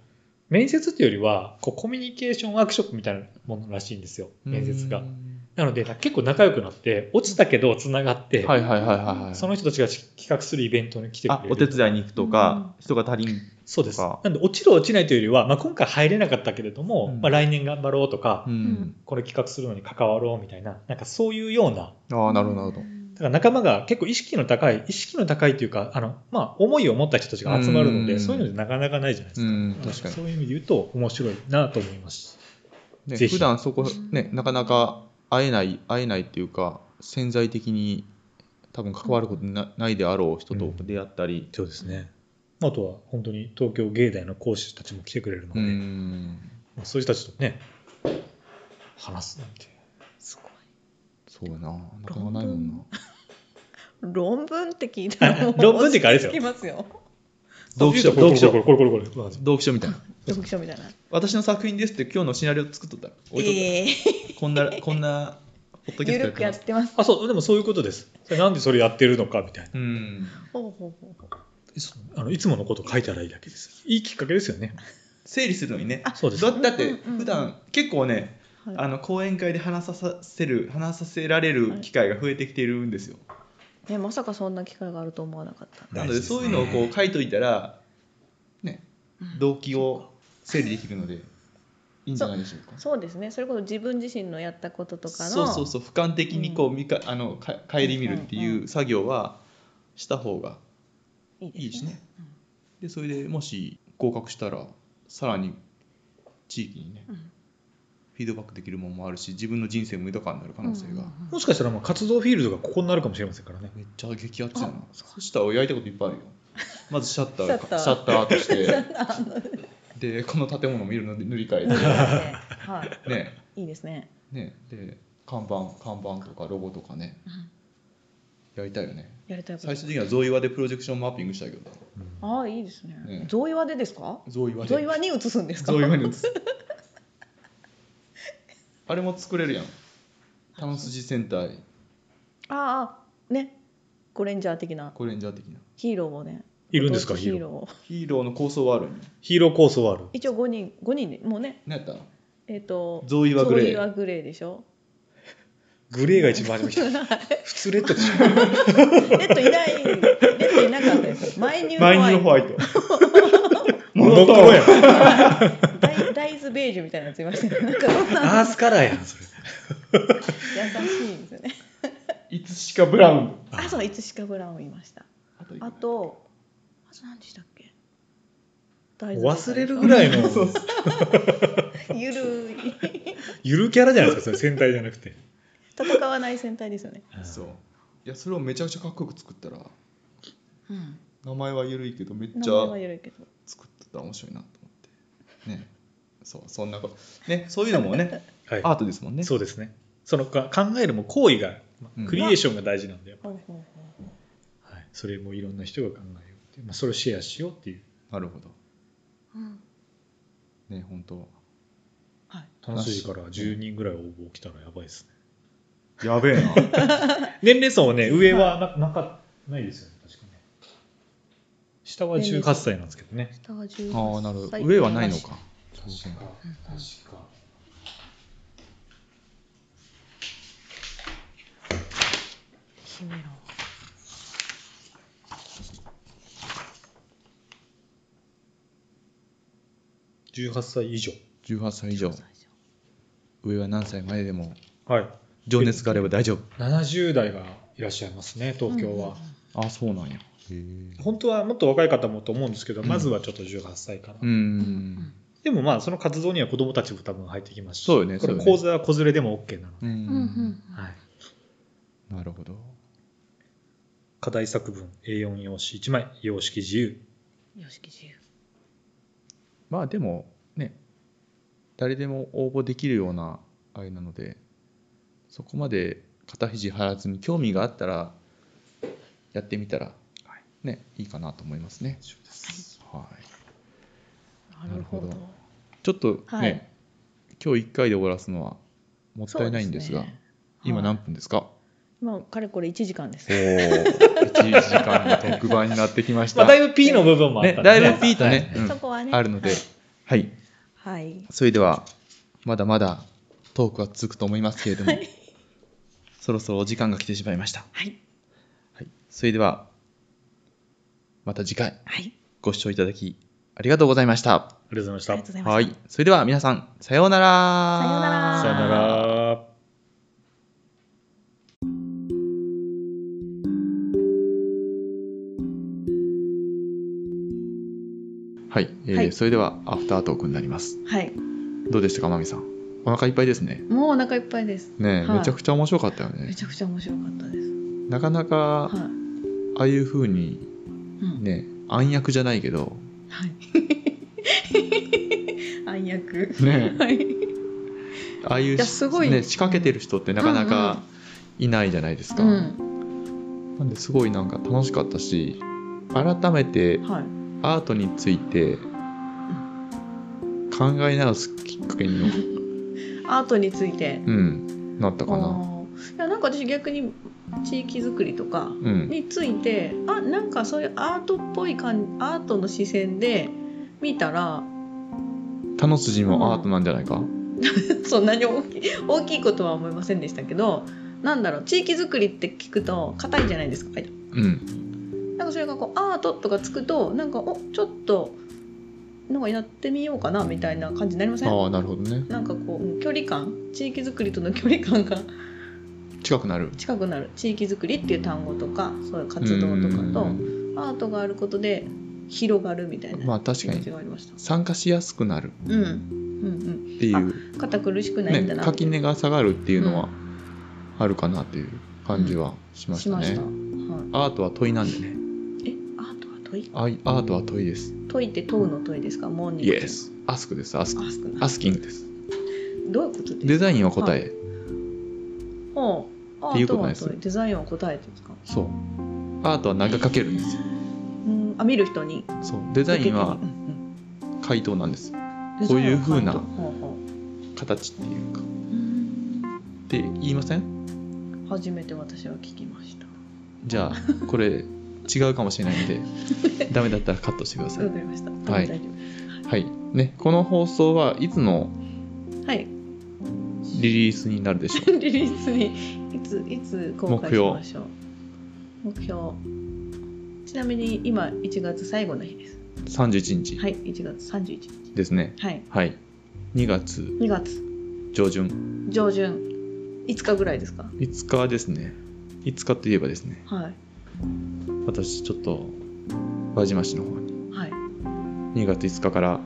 Speaker 3: 面接っていうよりは、こう、コミュニケーションワークショップみたいなものらしいんですよ、面接が
Speaker 2: う。ん
Speaker 3: なので、結構仲良くなって、落ちたけど繋がって、
Speaker 2: はいはいはいはいはい
Speaker 3: その人たちが企画するイベントに来てくれ
Speaker 2: あ
Speaker 3: る。
Speaker 2: お手伝いに行くとか、人が足りん
Speaker 3: そうです。
Speaker 2: か
Speaker 3: なんで、落ちる落ちないというよりは、まあ、今回入れなかったけれども、
Speaker 2: うん
Speaker 3: まあ、来年頑張ろうとか、
Speaker 2: うん、
Speaker 3: これ企画するのに関わろうみたいな、なんかそういうような、
Speaker 2: ああなるほどなるほど
Speaker 3: だから仲間が結構意識の高い、意識の高いというか、あの、まあ、思いを持った人たちが集まるの
Speaker 2: う
Speaker 3: で、
Speaker 2: ん
Speaker 3: そういうのでなかなかないじゃないで
Speaker 2: う
Speaker 3: すか。
Speaker 2: ん確かに
Speaker 3: そういう意味で言うと、面白いなと思います。
Speaker 2: ね、
Speaker 3: ぜひ
Speaker 2: 普段そこ、ね、なかなか会えない会えないっていうか潜在的に多分関わることなないであろう人と出会ったり、
Speaker 3: そうですね。あとは、本当に東京芸大の講師たちも来てくれるの
Speaker 2: う
Speaker 3: で、
Speaker 2: ん
Speaker 3: まあそういう人たちとね、話すなんて。
Speaker 1: すご
Speaker 2: そうやななかなかないもんな
Speaker 1: い論文って聞いたらもう
Speaker 3: 論文っていうかあれですよ
Speaker 1: 聞きますよ
Speaker 2: 読書
Speaker 3: 同
Speaker 2: 読
Speaker 3: 期
Speaker 2: 書
Speaker 3: これこれこれこれこれ。
Speaker 2: 読書みたいな
Speaker 1: 読書みたいな
Speaker 2: 私の作品ですって今日のシナリオ作っとった置いとっ
Speaker 1: ええ
Speaker 2: たこんなこんなポッドキャ
Speaker 1: ゆ
Speaker 2: ストや
Speaker 1: る
Speaker 2: っ
Speaker 1: く
Speaker 2: て
Speaker 1: や
Speaker 2: ま
Speaker 1: ってま
Speaker 2: す
Speaker 1: す
Speaker 3: あ、そう、でもそういうことです。それなんでそれやってるのかみたいな。
Speaker 2: うん
Speaker 1: ほうほうほうほう
Speaker 3: そあのいつものこと書いたらいいだけです。いいきっかけですよね。
Speaker 2: 整理するのにね
Speaker 3: そうです
Speaker 2: だ。だって
Speaker 1: うんうんうん
Speaker 2: 普段結構ね、
Speaker 1: はい
Speaker 2: あの講演会で話させる話させられる機会が増えてきてるんですよ、
Speaker 1: ね、まさかそんな機会があると思わなかった。
Speaker 2: なのでそういうのをこう書いといたらね動機を整理できるのでいいんじゃないでしょうか。
Speaker 1: そうですね。それこそ自分自身のやったこととかの。
Speaker 2: そうそうそう俯瞰的にこう見か、あのか顧みるって
Speaker 1: ん
Speaker 2: いうう作業はした方が
Speaker 1: いいですね。
Speaker 2: いいですね。でそれでもし合格したらさらに地域にね、
Speaker 1: うん
Speaker 2: フィードバックできるものもあるし自分の人生も豊かになる可能性が、
Speaker 3: もしかしたらまあ活動フィールドがここになるかもしれませんからね。
Speaker 2: めっちゃ激アツやなそしたらやりたいこといっぱいあるよまずシャッター
Speaker 1: シャッター
Speaker 2: シャッターアートしてでこの建物も色の塗り替え
Speaker 1: は
Speaker 2: *laughs* てね
Speaker 1: い。いいですね。
Speaker 2: ねで看板看板とかロゴとかねやりたいよね
Speaker 1: やりたいこと
Speaker 2: 最。終的には象岩でプロジェクションマッピングしたいけど
Speaker 1: ああ、いいです
Speaker 2: ね
Speaker 1: ね。象岩でですか。
Speaker 2: 象岩
Speaker 1: 象
Speaker 2: で
Speaker 1: 岩に移すんですか。
Speaker 2: 象岩に移すあれも作れるやん玉筋戦隊
Speaker 1: ああ、ね。ゴレンジャー的な
Speaker 2: コレンジャー的な
Speaker 1: ヒーローをね。
Speaker 3: いるんですか
Speaker 1: 弟
Speaker 3: ヒ
Speaker 1: ヒ
Speaker 3: ーロー
Speaker 1: ーローを。
Speaker 2: ヒーローの構想はあるんや
Speaker 3: ヒーロー構想はある。
Speaker 1: 一応五人、五人で、もうね、
Speaker 2: 何やった
Speaker 1: えっ、と。
Speaker 2: 象岩グレー
Speaker 1: 象岩グレーでしょ。
Speaker 3: グレーが一番初めに来た。普通
Speaker 2: *laughs*
Speaker 3: レッドでしょ。
Speaker 1: レッドいない。レッドいなかったです。
Speaker 3: *laughs*
Speaker 1: マイニューホワイト。
Speaker 2: マイニューホワイト
Speaker 3: モノクロやん。
Speaker 1: ダイダイズベージュみたいなやついましたね。なんかそんな
Speaker 3: アースカラーやん、それ。
Speaker 1: 優しいんですよね。
Speaker 2: いつしかブラウン
Speaker 1: あ、そう、いつしかブラウンいました。
Speaker 2: あと
Speaker 1: あと、あと何でしたっけ大
Speaker 3: 忘れるぐら
Speaker 2: *laughs*
Speaker 3: いの、
Speaker 1: ゆるい。
Speaker 3: ゆるキャラじゃないですか、それ戦隊じゃなくて。
Speaker 1: 戦わない戦隊ですよね。
Speaker 2: そういやそれをめちゃくちゃかっこよく作ったら
Speaker 1: うん。
Speaker 2: 名前は緩いけどめっ
Speaker 1: 名
Speaker 2: ち
Speaker 1: 前は
Speaker 2: ゃ
Speaker 1: ゆるいけど。
Speaker 2: 作ってたら面白いなと思ってねそうそんなことねそういうのもね
Speaker 3: はい
Speaker 2: アートですもんね
Speaker 3: そうですね。そのか考えるも行為が、まあ
Speaker 2: うん
Speaker 3: クリエーションが大事なんだよ。
Speaker 1: ほうほうほう
Speaker 3: はい。それもいろんな人が考えよう。て、まあ、それをシェアしようっていう
Speaker 2: なるほど。
Speaker 1: うん
Speaker 2: ね、本当。
Speaker 1: はい、
Speaker 3: 楽しいから10人ぐらい応募来たらやばいですね
Speaker 2: やべえな。
Speaker 3: 年齢層はね上はななかないですよね確かね下は18歳なんですけどね
Speaker 1: 下は18歳
Speaker 2: ああ、なるほど。上はないのか。確か
Speaker 3: 確か
Speaker 1: ヒメロ
Speaker 3: 18歳以上
Speaker 2: 18歳以上。上は何歳まででも、
Speaker 3: はい
Speaker 2: 情熱があれば大丈夫。
Speaker 3: 70代がいらっしゃいますね東京は、
Speaker 2: あ、そうなんや。へえ。
Speaker 3: 本当はもっと若い方もと思うんですけど、
Speaker 2: うん
Speaker 3: まずはちょっと18歳から、
Speaker 2: うーん。
Speaker 3: でもまあその活動には子どもたちも多分入ってきますし
Speaker 2: そうよね
Speaker 3: これ
Speaker 2: そうよね
Speaker 3: 講座は子連れでも OK なので、
Speaker 2: う
Speaker 1: うんう
Speaker 2: ー
Speaker 1: んうん
Speaker 2: ん。
Speaker 3: はい、
Speaker 2: なるほど。
Speaker 3: 課題作文 A4 用紙1枚様式自由
Speaker 1: 様式自由
Speaker 2: まあでも、ね、誰でも応募できるようなあれなので、そこまで肩肘張らずに興味があったら、やってみたら、ね、いいかなと思いますね。はい。
Speaker 1: なるほど
Speaker 2: なるほちょっとね、
Speaker 1: はい
Speaker 2: 今日1回で終わらすのはもったいないんですが、
Speaker 1: そうですね
Speaker 2: 今
Speaker 1: はい
Speaker 2: 何分ですか、
Speaker 1: 今かれこれ1時間です
Speaker 2: おお1時間の特番になってきました。
Speaker 3: *laughs* まあ、だいぶ P の部分もあ
Speaker 2: ね、
Speaker 3: ったんで
Speaker 2: だいぶピーとね、うん
Speaker 1: そこはね
Speaker 2: あるので、
Speaker 1: はい
Speaker 2: はい、
Speaker 1: はい
Speaker 2: それではまだまだトークは続くと思いますけれども、そろそろお時間が来てしまいました。
Speaker 1: はい
Speaker 2: はい、それではまた次回
Speaker 1: はい
Speaker 2: ご視聴いただきありがとうございました。
Speaker 3: ありがとうご
Speaker 1: あ
Speaker 3: ざ
Speaker 1: りが
Speaker 3: いま
Speaker 1: とうご
Speaker 3: し
Speaker 1: ざいました
Speaker 2: はい、それでは皆さんさようなら。
Speaker 1: さようなら
Speaker 3: たさよなら
Speaker 2: はい、えー
Speaker 1: はい
Speaker 2: それではアフタートークになります。
Speaker 1: はい
Speaker 2: どうでしたか、まみさん。お腹いっぱいですね。
Speaker 1: もうお腹いっぱいです
Speaker 2: ねえ、
Speaker 1: はい
Speaker 2: めちゃくちゃ面白かったよね
Speaker 1: め。ちゃくちゃ面白かったです
Speaker 2: なかなか
Speaker 1: はい、
Speaker 2: ああいう風に
Speaker 1: うん
Speaker 2: ね、暗躍じゃないけど、
Speaker 1: はい *laughs* 暗躍
Speaker 2: ね
Speaker 1: はい
Speaker 2: ああいう
Speaker 1: いやすごい
Speaker 2: ね仕掛けてる人ってなかなかいないじゃないですか。
Speaker 1: うん
Speaker 2: なんですごいなんか楽しかったし、改めて
Speaker 1: はい
Speaker 2: アートについて考え直すきっかけにも、
Speaker 1: アートについて
Speaker 2: うん、なったかな。
Speaker 1: あーいやなんか私逆に地域づくりとか
Speaker 2: うん、
Speaker 1: についてあなんかそういうアートっぽい感アートの視線で見たら *laughs*
Speaker 2: タノスジもアートなんじゃないか。
Speaker 1: そんなに大きい大きいことは思いませんでしたけどなんだろう地域づくりって聞くと硬いじゃないですか
Speaker 2: うん、
Speaker 1: なんかそれがこうアートとかつくとなんかおちょっとなんかやってみようかなみたいな感じになりません
Speaker 2: ああ、なるほどね。
Speaker 1: なんかこううん距離感地域づくりとの距離感が
Speaker 2: 近くなる。
Speaker 1: 近くなる地域づくりっていう単語とかそういう活動とかと
Speaker 2: うん
Speaker 1: アートがあることで広がるみたいな
Speaker 2: まあ確
Speaker 1: 気
Speaker 2: か
Speaker 1: 持ち
Speaker 2: に
Speaker 1: がありました。
Speaker 2: 参加しやすくなる
Speaker 1: うんうん
Speaker 2: っていう、
Speaker 1: うん、肩苦しくないんだ
Speaker 2: ね、
Speaker 1: な
Speaker 2: 垣根が下がるっていうのはあるかなという感じはしまし
Speaker 1: したま
Speaker 2: ね、
Speaker 1: した。はい、
Speaker 2: アートは問いなんでね
Speaker 1: え、アートは問い
Speaker 2: あいアートは問いです
Speaker 1: 問いって問うの問いですかモーニン
Speaker 2: イ
Speaker 1: グ
Speaker 2: エスアスクですアスク
Speaker 1: あ少な
Speaker 2: ア
Speaker 1: い
Speaker 2: スキングです
Speaker 1: どういうことで
Speaker 2: デ
Speaker 1: すか
Speaker 2: ザインは答え
Speaker 1: ほうア
Speaker 2: っていう
Speaker 1: ート
Speaker 2: ことなん
Speaker 1: は
Speaker 2: です
Speaker 1: 問いデザインは答えてですか
Speaker 2: そうアートは投げかけるんですよ
Speaker 1: うんあ見る人に
Speaker 2: そうデザインは
Speaker 1: 受け手にうん
Speaker 2: 回答なんです
Speaker 1: うん
Speaker 2: こういう風な
Speaker 1: デザインは回答ほうほ
Speaker 2: 形っていうか
Speaker 1: ううん
Speaker 2: って言いません
Speaker 1: 初めて私は聞きました
Speaker 2: じゃあこれ違うかもしれないんでダメだったらカットしてください
Speaker 1: わかりました
Speaker 2: は
Speaker 1: 大
Speaker 2: い
Speaker 1: 丈夫で
Speaker 2: はいねこの放送はいつの
Speaker 1: すはい
Speaker 2: リリースになるでしょ
Speaker 1: *laughs*
Speaker 2: う
Speaker 1: リリースにいついつ公開しましょう目標ちなみに今1月最後の日です
Speaker 2: 31日
Speaker 1: はい1月31日
Speaker 2: ですね。
Speaker 1: はい
Speaker 2: はい。2月
Speaker 1: 2月
Speaker 2: 上旬、
Speaker 1: 上旬5日ぐらいですか
Speaker 2: 5日ですね。5日といえばですね、
Speaker 1: はい
Speaker 2: 私ちょっと輪島市の方に
Speaker 1: はい
Speaker 2: 2月5日から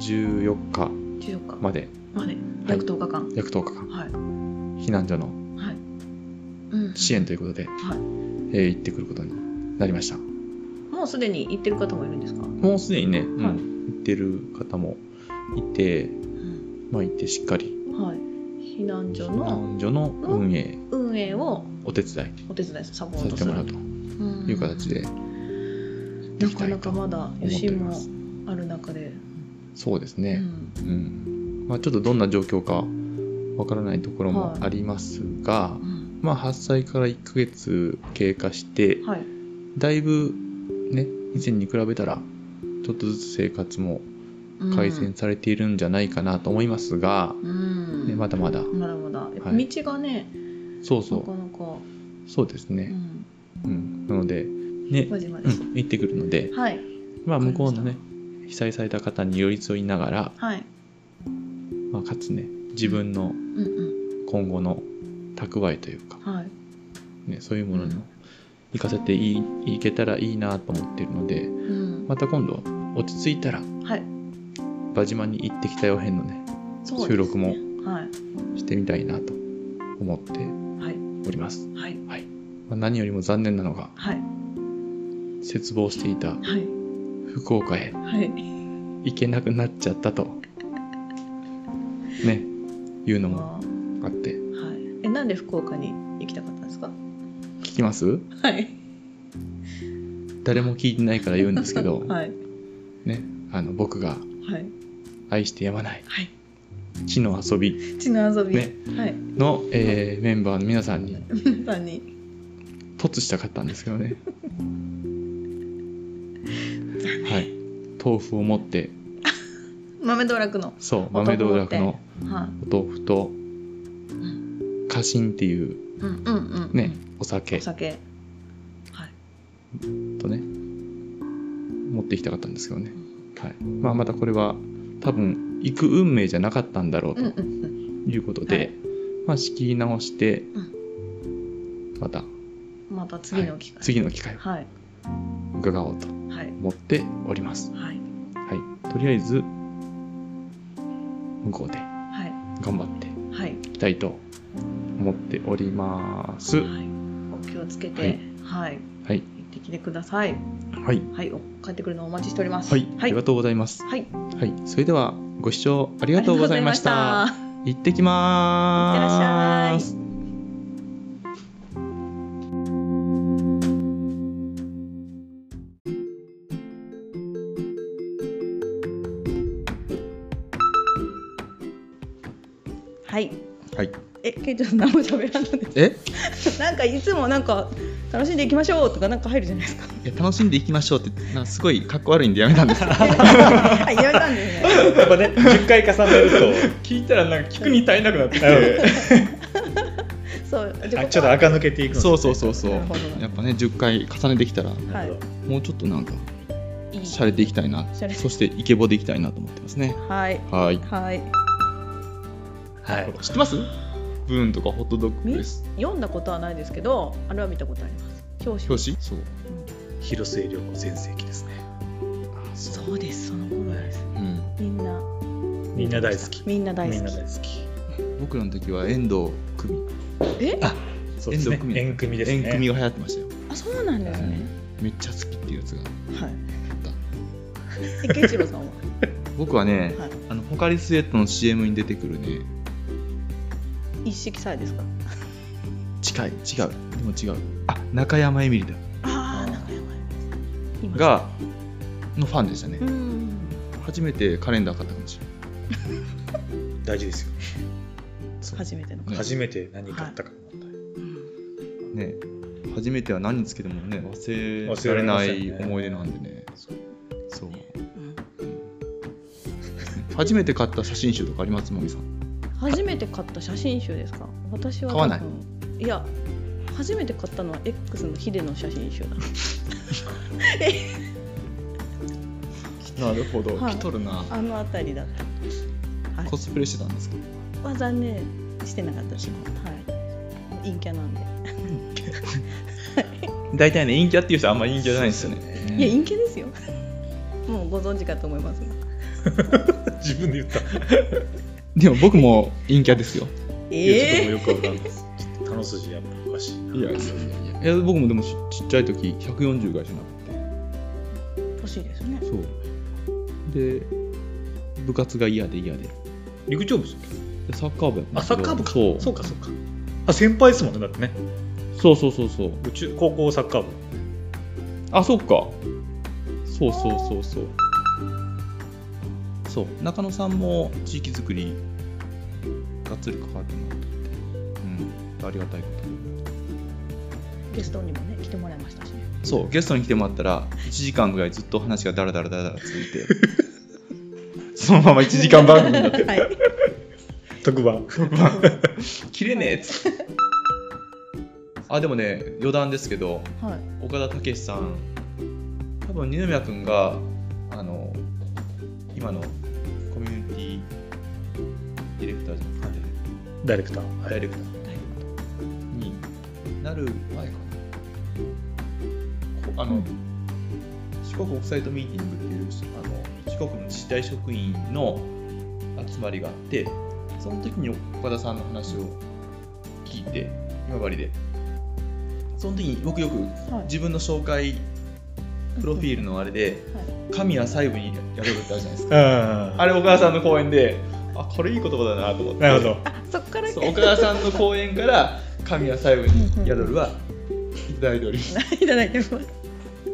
Speaker 2: 14日
Speaker 1: 14日
Speaker 2: まで
Speaker 1: まで約10日間
Speaker 2: 約10日間
Speaker 1: はい
Speaker 2: 避難所の
Speaker 1: はい、うん、
Speaker 2: 支援ということで、
Speaker 1: はい
Speaker 2: えー行ってくることになりました。
Speaker 1: もうすでに行ってる方もいるんですか、
Speaker 2: もうすでにね、うん
Speaker 1: はい
Speaker 2: 行ってる方もいて、
Speaker 1: うん、
Speaker 2: まあ行ってしっかり
Speaker 1: はい避難所
Speaker 2: 避
Speaker 1: の
Speaker 2: 難所の運営
Speaker 1: 運営を
Speaker 2: お手伝い
Speaker 1: お手伝いサポ
Speaker 2: さ
Speaker 1: ー
Speaker 2: せ
Speaker 1: ト
Speaker 2: て
Speaker 1: す
Speaker 2: も
Speaker 1: る
Speaker 2: らうと
Speaker 1: ううん
Speaker 2: いう形で
Speaker 1: なかなかまだ余震
Speaker 2: 思
Speaker 1: も
Speaker 2: ってお
Speaker 1: ある中で、
Speaker 2: そうです
Speaker 1: う
Speaker 2: ね、
Speaker 1: ん
Speaker 2: うんまあ、ちょっとどんな状況かわからないところも
Speaker 1: はい
Speaker 2: ありますが、
Speaker 1: うん
Speaker 2: まあ、発災から1ヶ月経過して、
Speaker 1: はい
Speaker 2: だいぶね以前に比べたらちょっとずつ生活も
Speaker 1: うん
Speaker 2: 改善されているんじゃないかなと思いますが、
Speaker 1: うん
Speaker 2: ね、まだまだ
Speaker 1: まだまだやっぱ
Speaker 2: はい
Speaker 1: 道がね、
Speaker 2: そうそ
Speaker 1: なか
Speaker 2: う
Speaker 1: なか、
Speaker 2: そうです
Speaker 1: う
Speaker 2: ね、
Speaker 1: ん、
Speaker 2: うん、なのでね、
Speaker 1: 小島
Speaker 2: う
Speaker 1: です、
Speaker 2: ん、行ってくるので、
Speaker 1: はい
Speaker 2: まあ、向こうの
Speaker 1: わ
Speaker 2: ね
Speaker 1: か
Speaker 2: 被災された方に寄り添いながら、
Speaker 1: はい
Speaker 2: まあ、かつね自分
Speaker 1: う
Speaker 2: の
Speaker 1: ん
Speaker 2: 今後の蓄えというか、
Speaker 1: うんはい
Speaker 2: ね、そういうものに
Speaker 1: うん
Speaker 2: も活かせていいいけたらいいなと思ってるので
Speaker 1: うん
Speaker 2: また今度落ち着いたら
Speaker 1: はい
Speaker 2: 「馬島に行ってきたよ」編のね
Speaker 1: そうですね
Speaker 2: 収録も
Speaker 1: はい
Speaker 2: してみたいなと思って
Speaker 1: はい
Speaker 2: おります、
Speaker 1: はい
Speaker 2: はいまあ、何よりも残念なのが
Speaker 1: はい
Speaker 2: 絶望してい
Speaker 1: は
Speaker 2: た
Speaker 1: い
Speaker 2: 福岡へ
Speaker 1: はい
Speaker 2: 行けなくなっちゃったとねいうのも
Speaker 1: ま
Speaker 2: あって
Speaker 1: あはいえなんで福岡に行きたかったんですか
Speaker 2: 聞きます
Speaker 1: はい
Speaker 2: 誰も聞いてないから言うんですけ
Speaker 1: *laughs*
Speaker 2: ど、
Speaker 1: はい
Speaker 2: ねあの僕が
Speaker 1: はい
Speaker 2: 愛してやまない
Speaker 1: はい
Speaker 2: 地の遊び
Speaker 1: 血の遊び、
Speaker 2: ね
Speaker 1: はい
Speaker 2: の、えーメンバーの皆さんに
Speaker 1: 皆さんに
Speaker 2: 凸したかったんですけどね。はい。豆腐を持って、
Speaker 1: 豆道楽の
Speaker 2: そう、
Speaker 1: お豆腐
Speaker 2: 豆
Speaker 1: を持
Speaker 2: 道
Speaker 1: って
Speaker 2: 楽の
Speaker 1: はい
Speaker 2: お豆腐と、家臣っていう
Speaker 1: うんうんうんうん
Speaker 2: ね、お酒
Speaker 1: お酒はい
Speaker 2: とね、持ってきたかったんですけどね。はい。まあ、またこれは、多分、行く運命じゃなかったんだろう
Speaker 1: うんうん
Speaker 2: と
Speaker 1: うん
Speaker 2: いうことで、
Speaker 1: はい
Speaker 2: まあ、仕切り直して、また、
Speaker 1: また次の機
Speaker 2: は
Speaker 1: 会
Speaker 2: い次の機会を
Speaker 1: はい
Speaker 2: 伺おうと
Speaker 1: はい
Speaker 2: 思っております。
Speaker 1: はい
Speaker 2: はい、とりあえず向こうで
Speaker 1: はい
Speaker 2: 頑張って
Speaker 1: はい
Speaker 2: いきたいと思っております。は
Speaker 1: はい、お気をつけて、
Speaker 2: は
Speaker 1: はいい、行っ
Speaker 2: い、
Speaker 1: てきてください。
Speaker 2: はい、
Speaker 1: はい、お帰ってくるのをお待ちしております。
Speaker 2: はい、あ
Speaker 1: は
Speaker 2: り
Speaker 1: い、
Speaker 2: がとうございます。
Speaker 1: はい、
Speaker 2: はい、それではご視聴ありがとうございまし
Speaker 1: あ
Speaker 2: た。
Speaker 1: りがとうございまし
Speaker 2: 行ってき
Speaker 1: いっ
Speaker 2: まーす。
Speaker 1: てらっしゃい
Speaker 6: はい
Speaker 2: はい、
Speaker 6: えケイちゃん何も喋らんので
Speaker 1: *laughs*
Speaker 2: え、
Speaker 6: なんかいつもなんか楽しんでいきましょうとかなんか入るじゃないですか
Speaker 2: いや楽しんでいきましょうって、なんかすごいかっこ悪いんでやめたんです。
Speaker 6: はいやめたんですね
Speaker 3: やっぱね10回重ねる
Speaker 2: 聞いたらなんか聞くに耐えなくなって
Speaker 3: とあ
Speaker 6: そう
Speaker 1: *laughs*
Speaker 6: じ
Speaker 3: の
Speaker 6: ゃあ
Speaker 3: あちょっと垢抜けていく
Speaker 2: *laughs*
Speaker 3: の
Speaker 2: そうそうそうそう。
Speaker 6: なるほど
Speaker 2: やっぱね、10回重ねてきたら、
Speaker 3: なるほ
Speaker 2: もうちょっとなんか
Speaker 6: いい
Speaker 2: 洒落ていきたいな
Speaker 6: 洒落
Speaker 2: そしてイケボでいきたいなと思ってますね
Speaker 6: はい
Speaker 2: はい
Speaker 6: はい
Speaker 3: どはい
Speaker 2: 知ってますブーンとかホットドッグです
Speaker 1: 読んだことはないですけど、あれは見たことあります。表紙。
Speaker 2: 表紙そう
Speaker 3: 広末涼子全盛期ですね
Speaker 2: あう、
Speaker 1: そうです、その頃です。
Speaker 2: うん、
Speaker 1: みんな、
Speaker 3: みんな大好き
Speaker 1: みんな大
Speaker 3: みん
Speaker 1: 好
Speaker 3: な
Speaker 1: き。
Speaker 3: 大好き
Speaker 2: 僕らの時は遠藤久美
Speaker 3: そうです
Speaker 2: 遠藤久美
Speaker 3: ね縁組ですね
Speaker 2: 遠組が流行ってましたよ
Speaker 1: あ、そうなんですね。
Speaker 2: めっちゃ好きっていうやつが
Speaker 1: はい。
Speaker 2: あった
Speaker 1: 池一郎さん *laughs* は。
Speaker 2: 僕はね、
Speaker 1: はい
Speaker 2: あのポカリスエットの CM に出てくるね
Speaker 1: 一色さえですか。
Speaker 2: 近い違うでも違うあ中山エミリだ
Speaker 1: ああ、中山。今。
Speaker 2: がのファンでしたね、
Speaker 1: うん。
Speaker 2: 初めてカレンダー買ったかもしれない
Speaker 3: 大事ですよ
Speaker 1: 初めての。
Speaker 2: ね
Speaker 3: 初めて何買ったか問題
Speaker 2: ね初めては何につけてもね忘れ
Speaker 3: 忘
Speaker 2: られ
Speaker 3: れられ
Speaker 2: な
Speaker 3: ませんね
Speaker 2: い思い出なんでねそう
Speaker 1: うん
Speaker 2: 初めて買った写真集とかありますもみさん
Speaker 1: 初めて買った写真集ですか。私は多
Speaker 2: 買わ
Speaker 1: 分。
Speaker 2: ない
Speaker 1: いや。初めて買ったのは X のヒデの写
Speaker 3: *laughs*
Speaker 1: 真集だ。
Speaker 2: なるほど
Speaker 1: はい
Speaker 2: 来とるな
Speaker 1: あの辺りだった。
Speaker 2: コスプレしてたんですか
Speaker 1: は残念してなかったし、はい、陰キャなんで、
Speaker 2: 大体ね陰キャっていう人はあんま陰キャじゃないんですよね
Speaker 1: いや陰キャですよ *laughs* もうご存知かと思いますが
Speaker 3: *laughs* 自分で言った
Speaker 2: でも僕も陰キャですよ
Speaker 3: いやちょっともう
Speaker 1: え
Speaker 3: よくわかんないですちょっと楽筋やっぱおかしいない
Speaker 2: やいやいや僕もでもちちっちゃい時140ぐらいしかなく
Speaker 1: 欲しいですね
Speaker 2: てそうで部活が嫌で嫌でで
Speaker 3: 陸上部ですよ
Speaker 2: サッカー部やったん
Speaker 3: あ
Speaker 2: ですけ
Speaker 3: サ
Speaker 2: ど
Speaker 3: ッカー部か
Speaker 2: そう
Speaker 3: そうかそうかあ先輩ですもんねだってね
Speaker 2: そうそうそうそう
Speaker 3: うち高校サッカー部
Speaker 2: あそうかそうそうそうそうそう中野さんも地域づくりがっつり関わってもらってて、うん、ありがたいこと
Speaker 4: ゲストにもね来てもらいましたしね
Speaker 2: そうゲストに来てもらったら1時間ぐらいずっと話がダラダラダラダラ続 *laughs* いてそのまま1時間番組になって
Speaker 4: はい
Speaker 3: 特 *laughs* 番。
Speaker 2: *laughs* 切れねえっつってあでもね余談ですけど
Speaker 4: はい
Speaker 2: 岡田武史さん多分二宮君があの今のコミュニティディレクターじゃなくて、
Speaker 3: ダイレクター。は
Speaker 2: ダイ
Speaker 3: い。
Speaker 2: レクターになる前かなこあの、
Speaker 4: うん
Speaker 2: 四国国際とミーティングっていうあの四国の自治体職員の集まりがあってその時に岡田さんの話を聞いて今治でその時に僕よく
Speaker 4: はい
Speaker 2: 自分の紹介プロフィールのあれで
Speaker 4: はい
Speaker 2: 「神は細部に宿る」ってあるじゃないですか
Speaker 3: あ
Speaker 2: あれ岡田さんの講演であこれいい言葉だなと思って
Speaker 3: なるほど。
Speaker 4: あそっから
Speaker 2: そう岡田さんの講演から「神は細部に宿る」はいただいております
Speaker 4: *laughs* いただいてます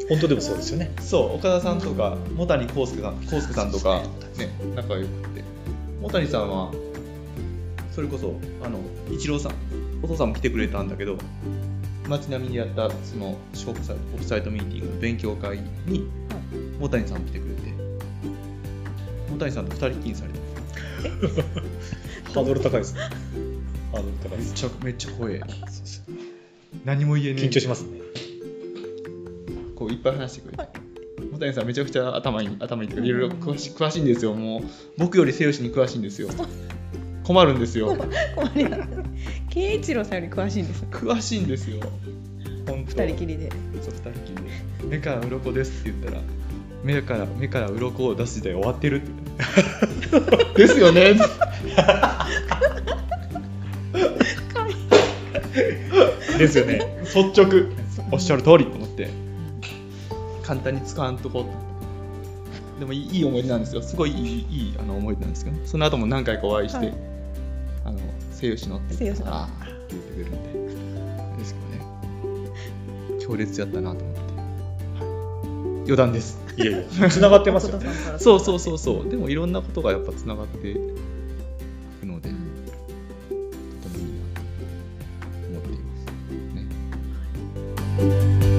Speaker 3: 本当でもそうですよね。
Speaker 2: そう岡田さんとか茂谷幸介さん康介さんとかね仲良くて茂谷さんはそれこそあの一郎さんお父さんも来てくれたんだけど街並みでやったその四国サイオフサイトミーティングの勉強会に茂谷さんも来てくれて茂谷さんと二人っきりにされた
Speaker 3: *laughs* ハードル高いですね。ハードル高いで
Speaker 2: めっ
Speaker 3: す。
Speaker 2: ちゃめっちゃ怖え何も言えねえ
Speaker 3: 緊張しますね。
Speaker 2: こういっぱい話してくれて。本谷さんめちゃくちゃ頭に頭にというかいろいろ詳し詳しいんですよもう僕より正義に詳しいんですよ困るんですよ
Speaker 4: 困ります *laughs* 圭一郎さんより詳しいんです
Speaker 2: 詳しいんですよ本当
Speaker 4: 二人きりで
Speaker 2: そう二人きりで目から鱗ですって言ったら目から目から鱗を出す時代終わってるって言って
Speaker 4: *laughs*
Speaker 2: ですよね
Speaker 3: ですよね。
Speaker 2: 率直おっしゃる通りと思って簡単に使わんとこでもいいいい思い出なんですよすごいいいいいあの思い出なんですけどその後も何回かお会いして「
Speaker 4: はい
Speaker 2: あの西洋史の」って
Speaker 4: 西洋史の
Speaker 2: あーって言ってくれるんでですけどね強烈やったなと思って、はい余談です
Speaker 3: いやいや、繋がってますよ
Speaker 4: 誠
Speaker 3: ね。
Speaker 4: さんから
Speaker 2: そうそうそうそうでもいろんなことがやっぱつながっていくので、とてもいいなと思っていますね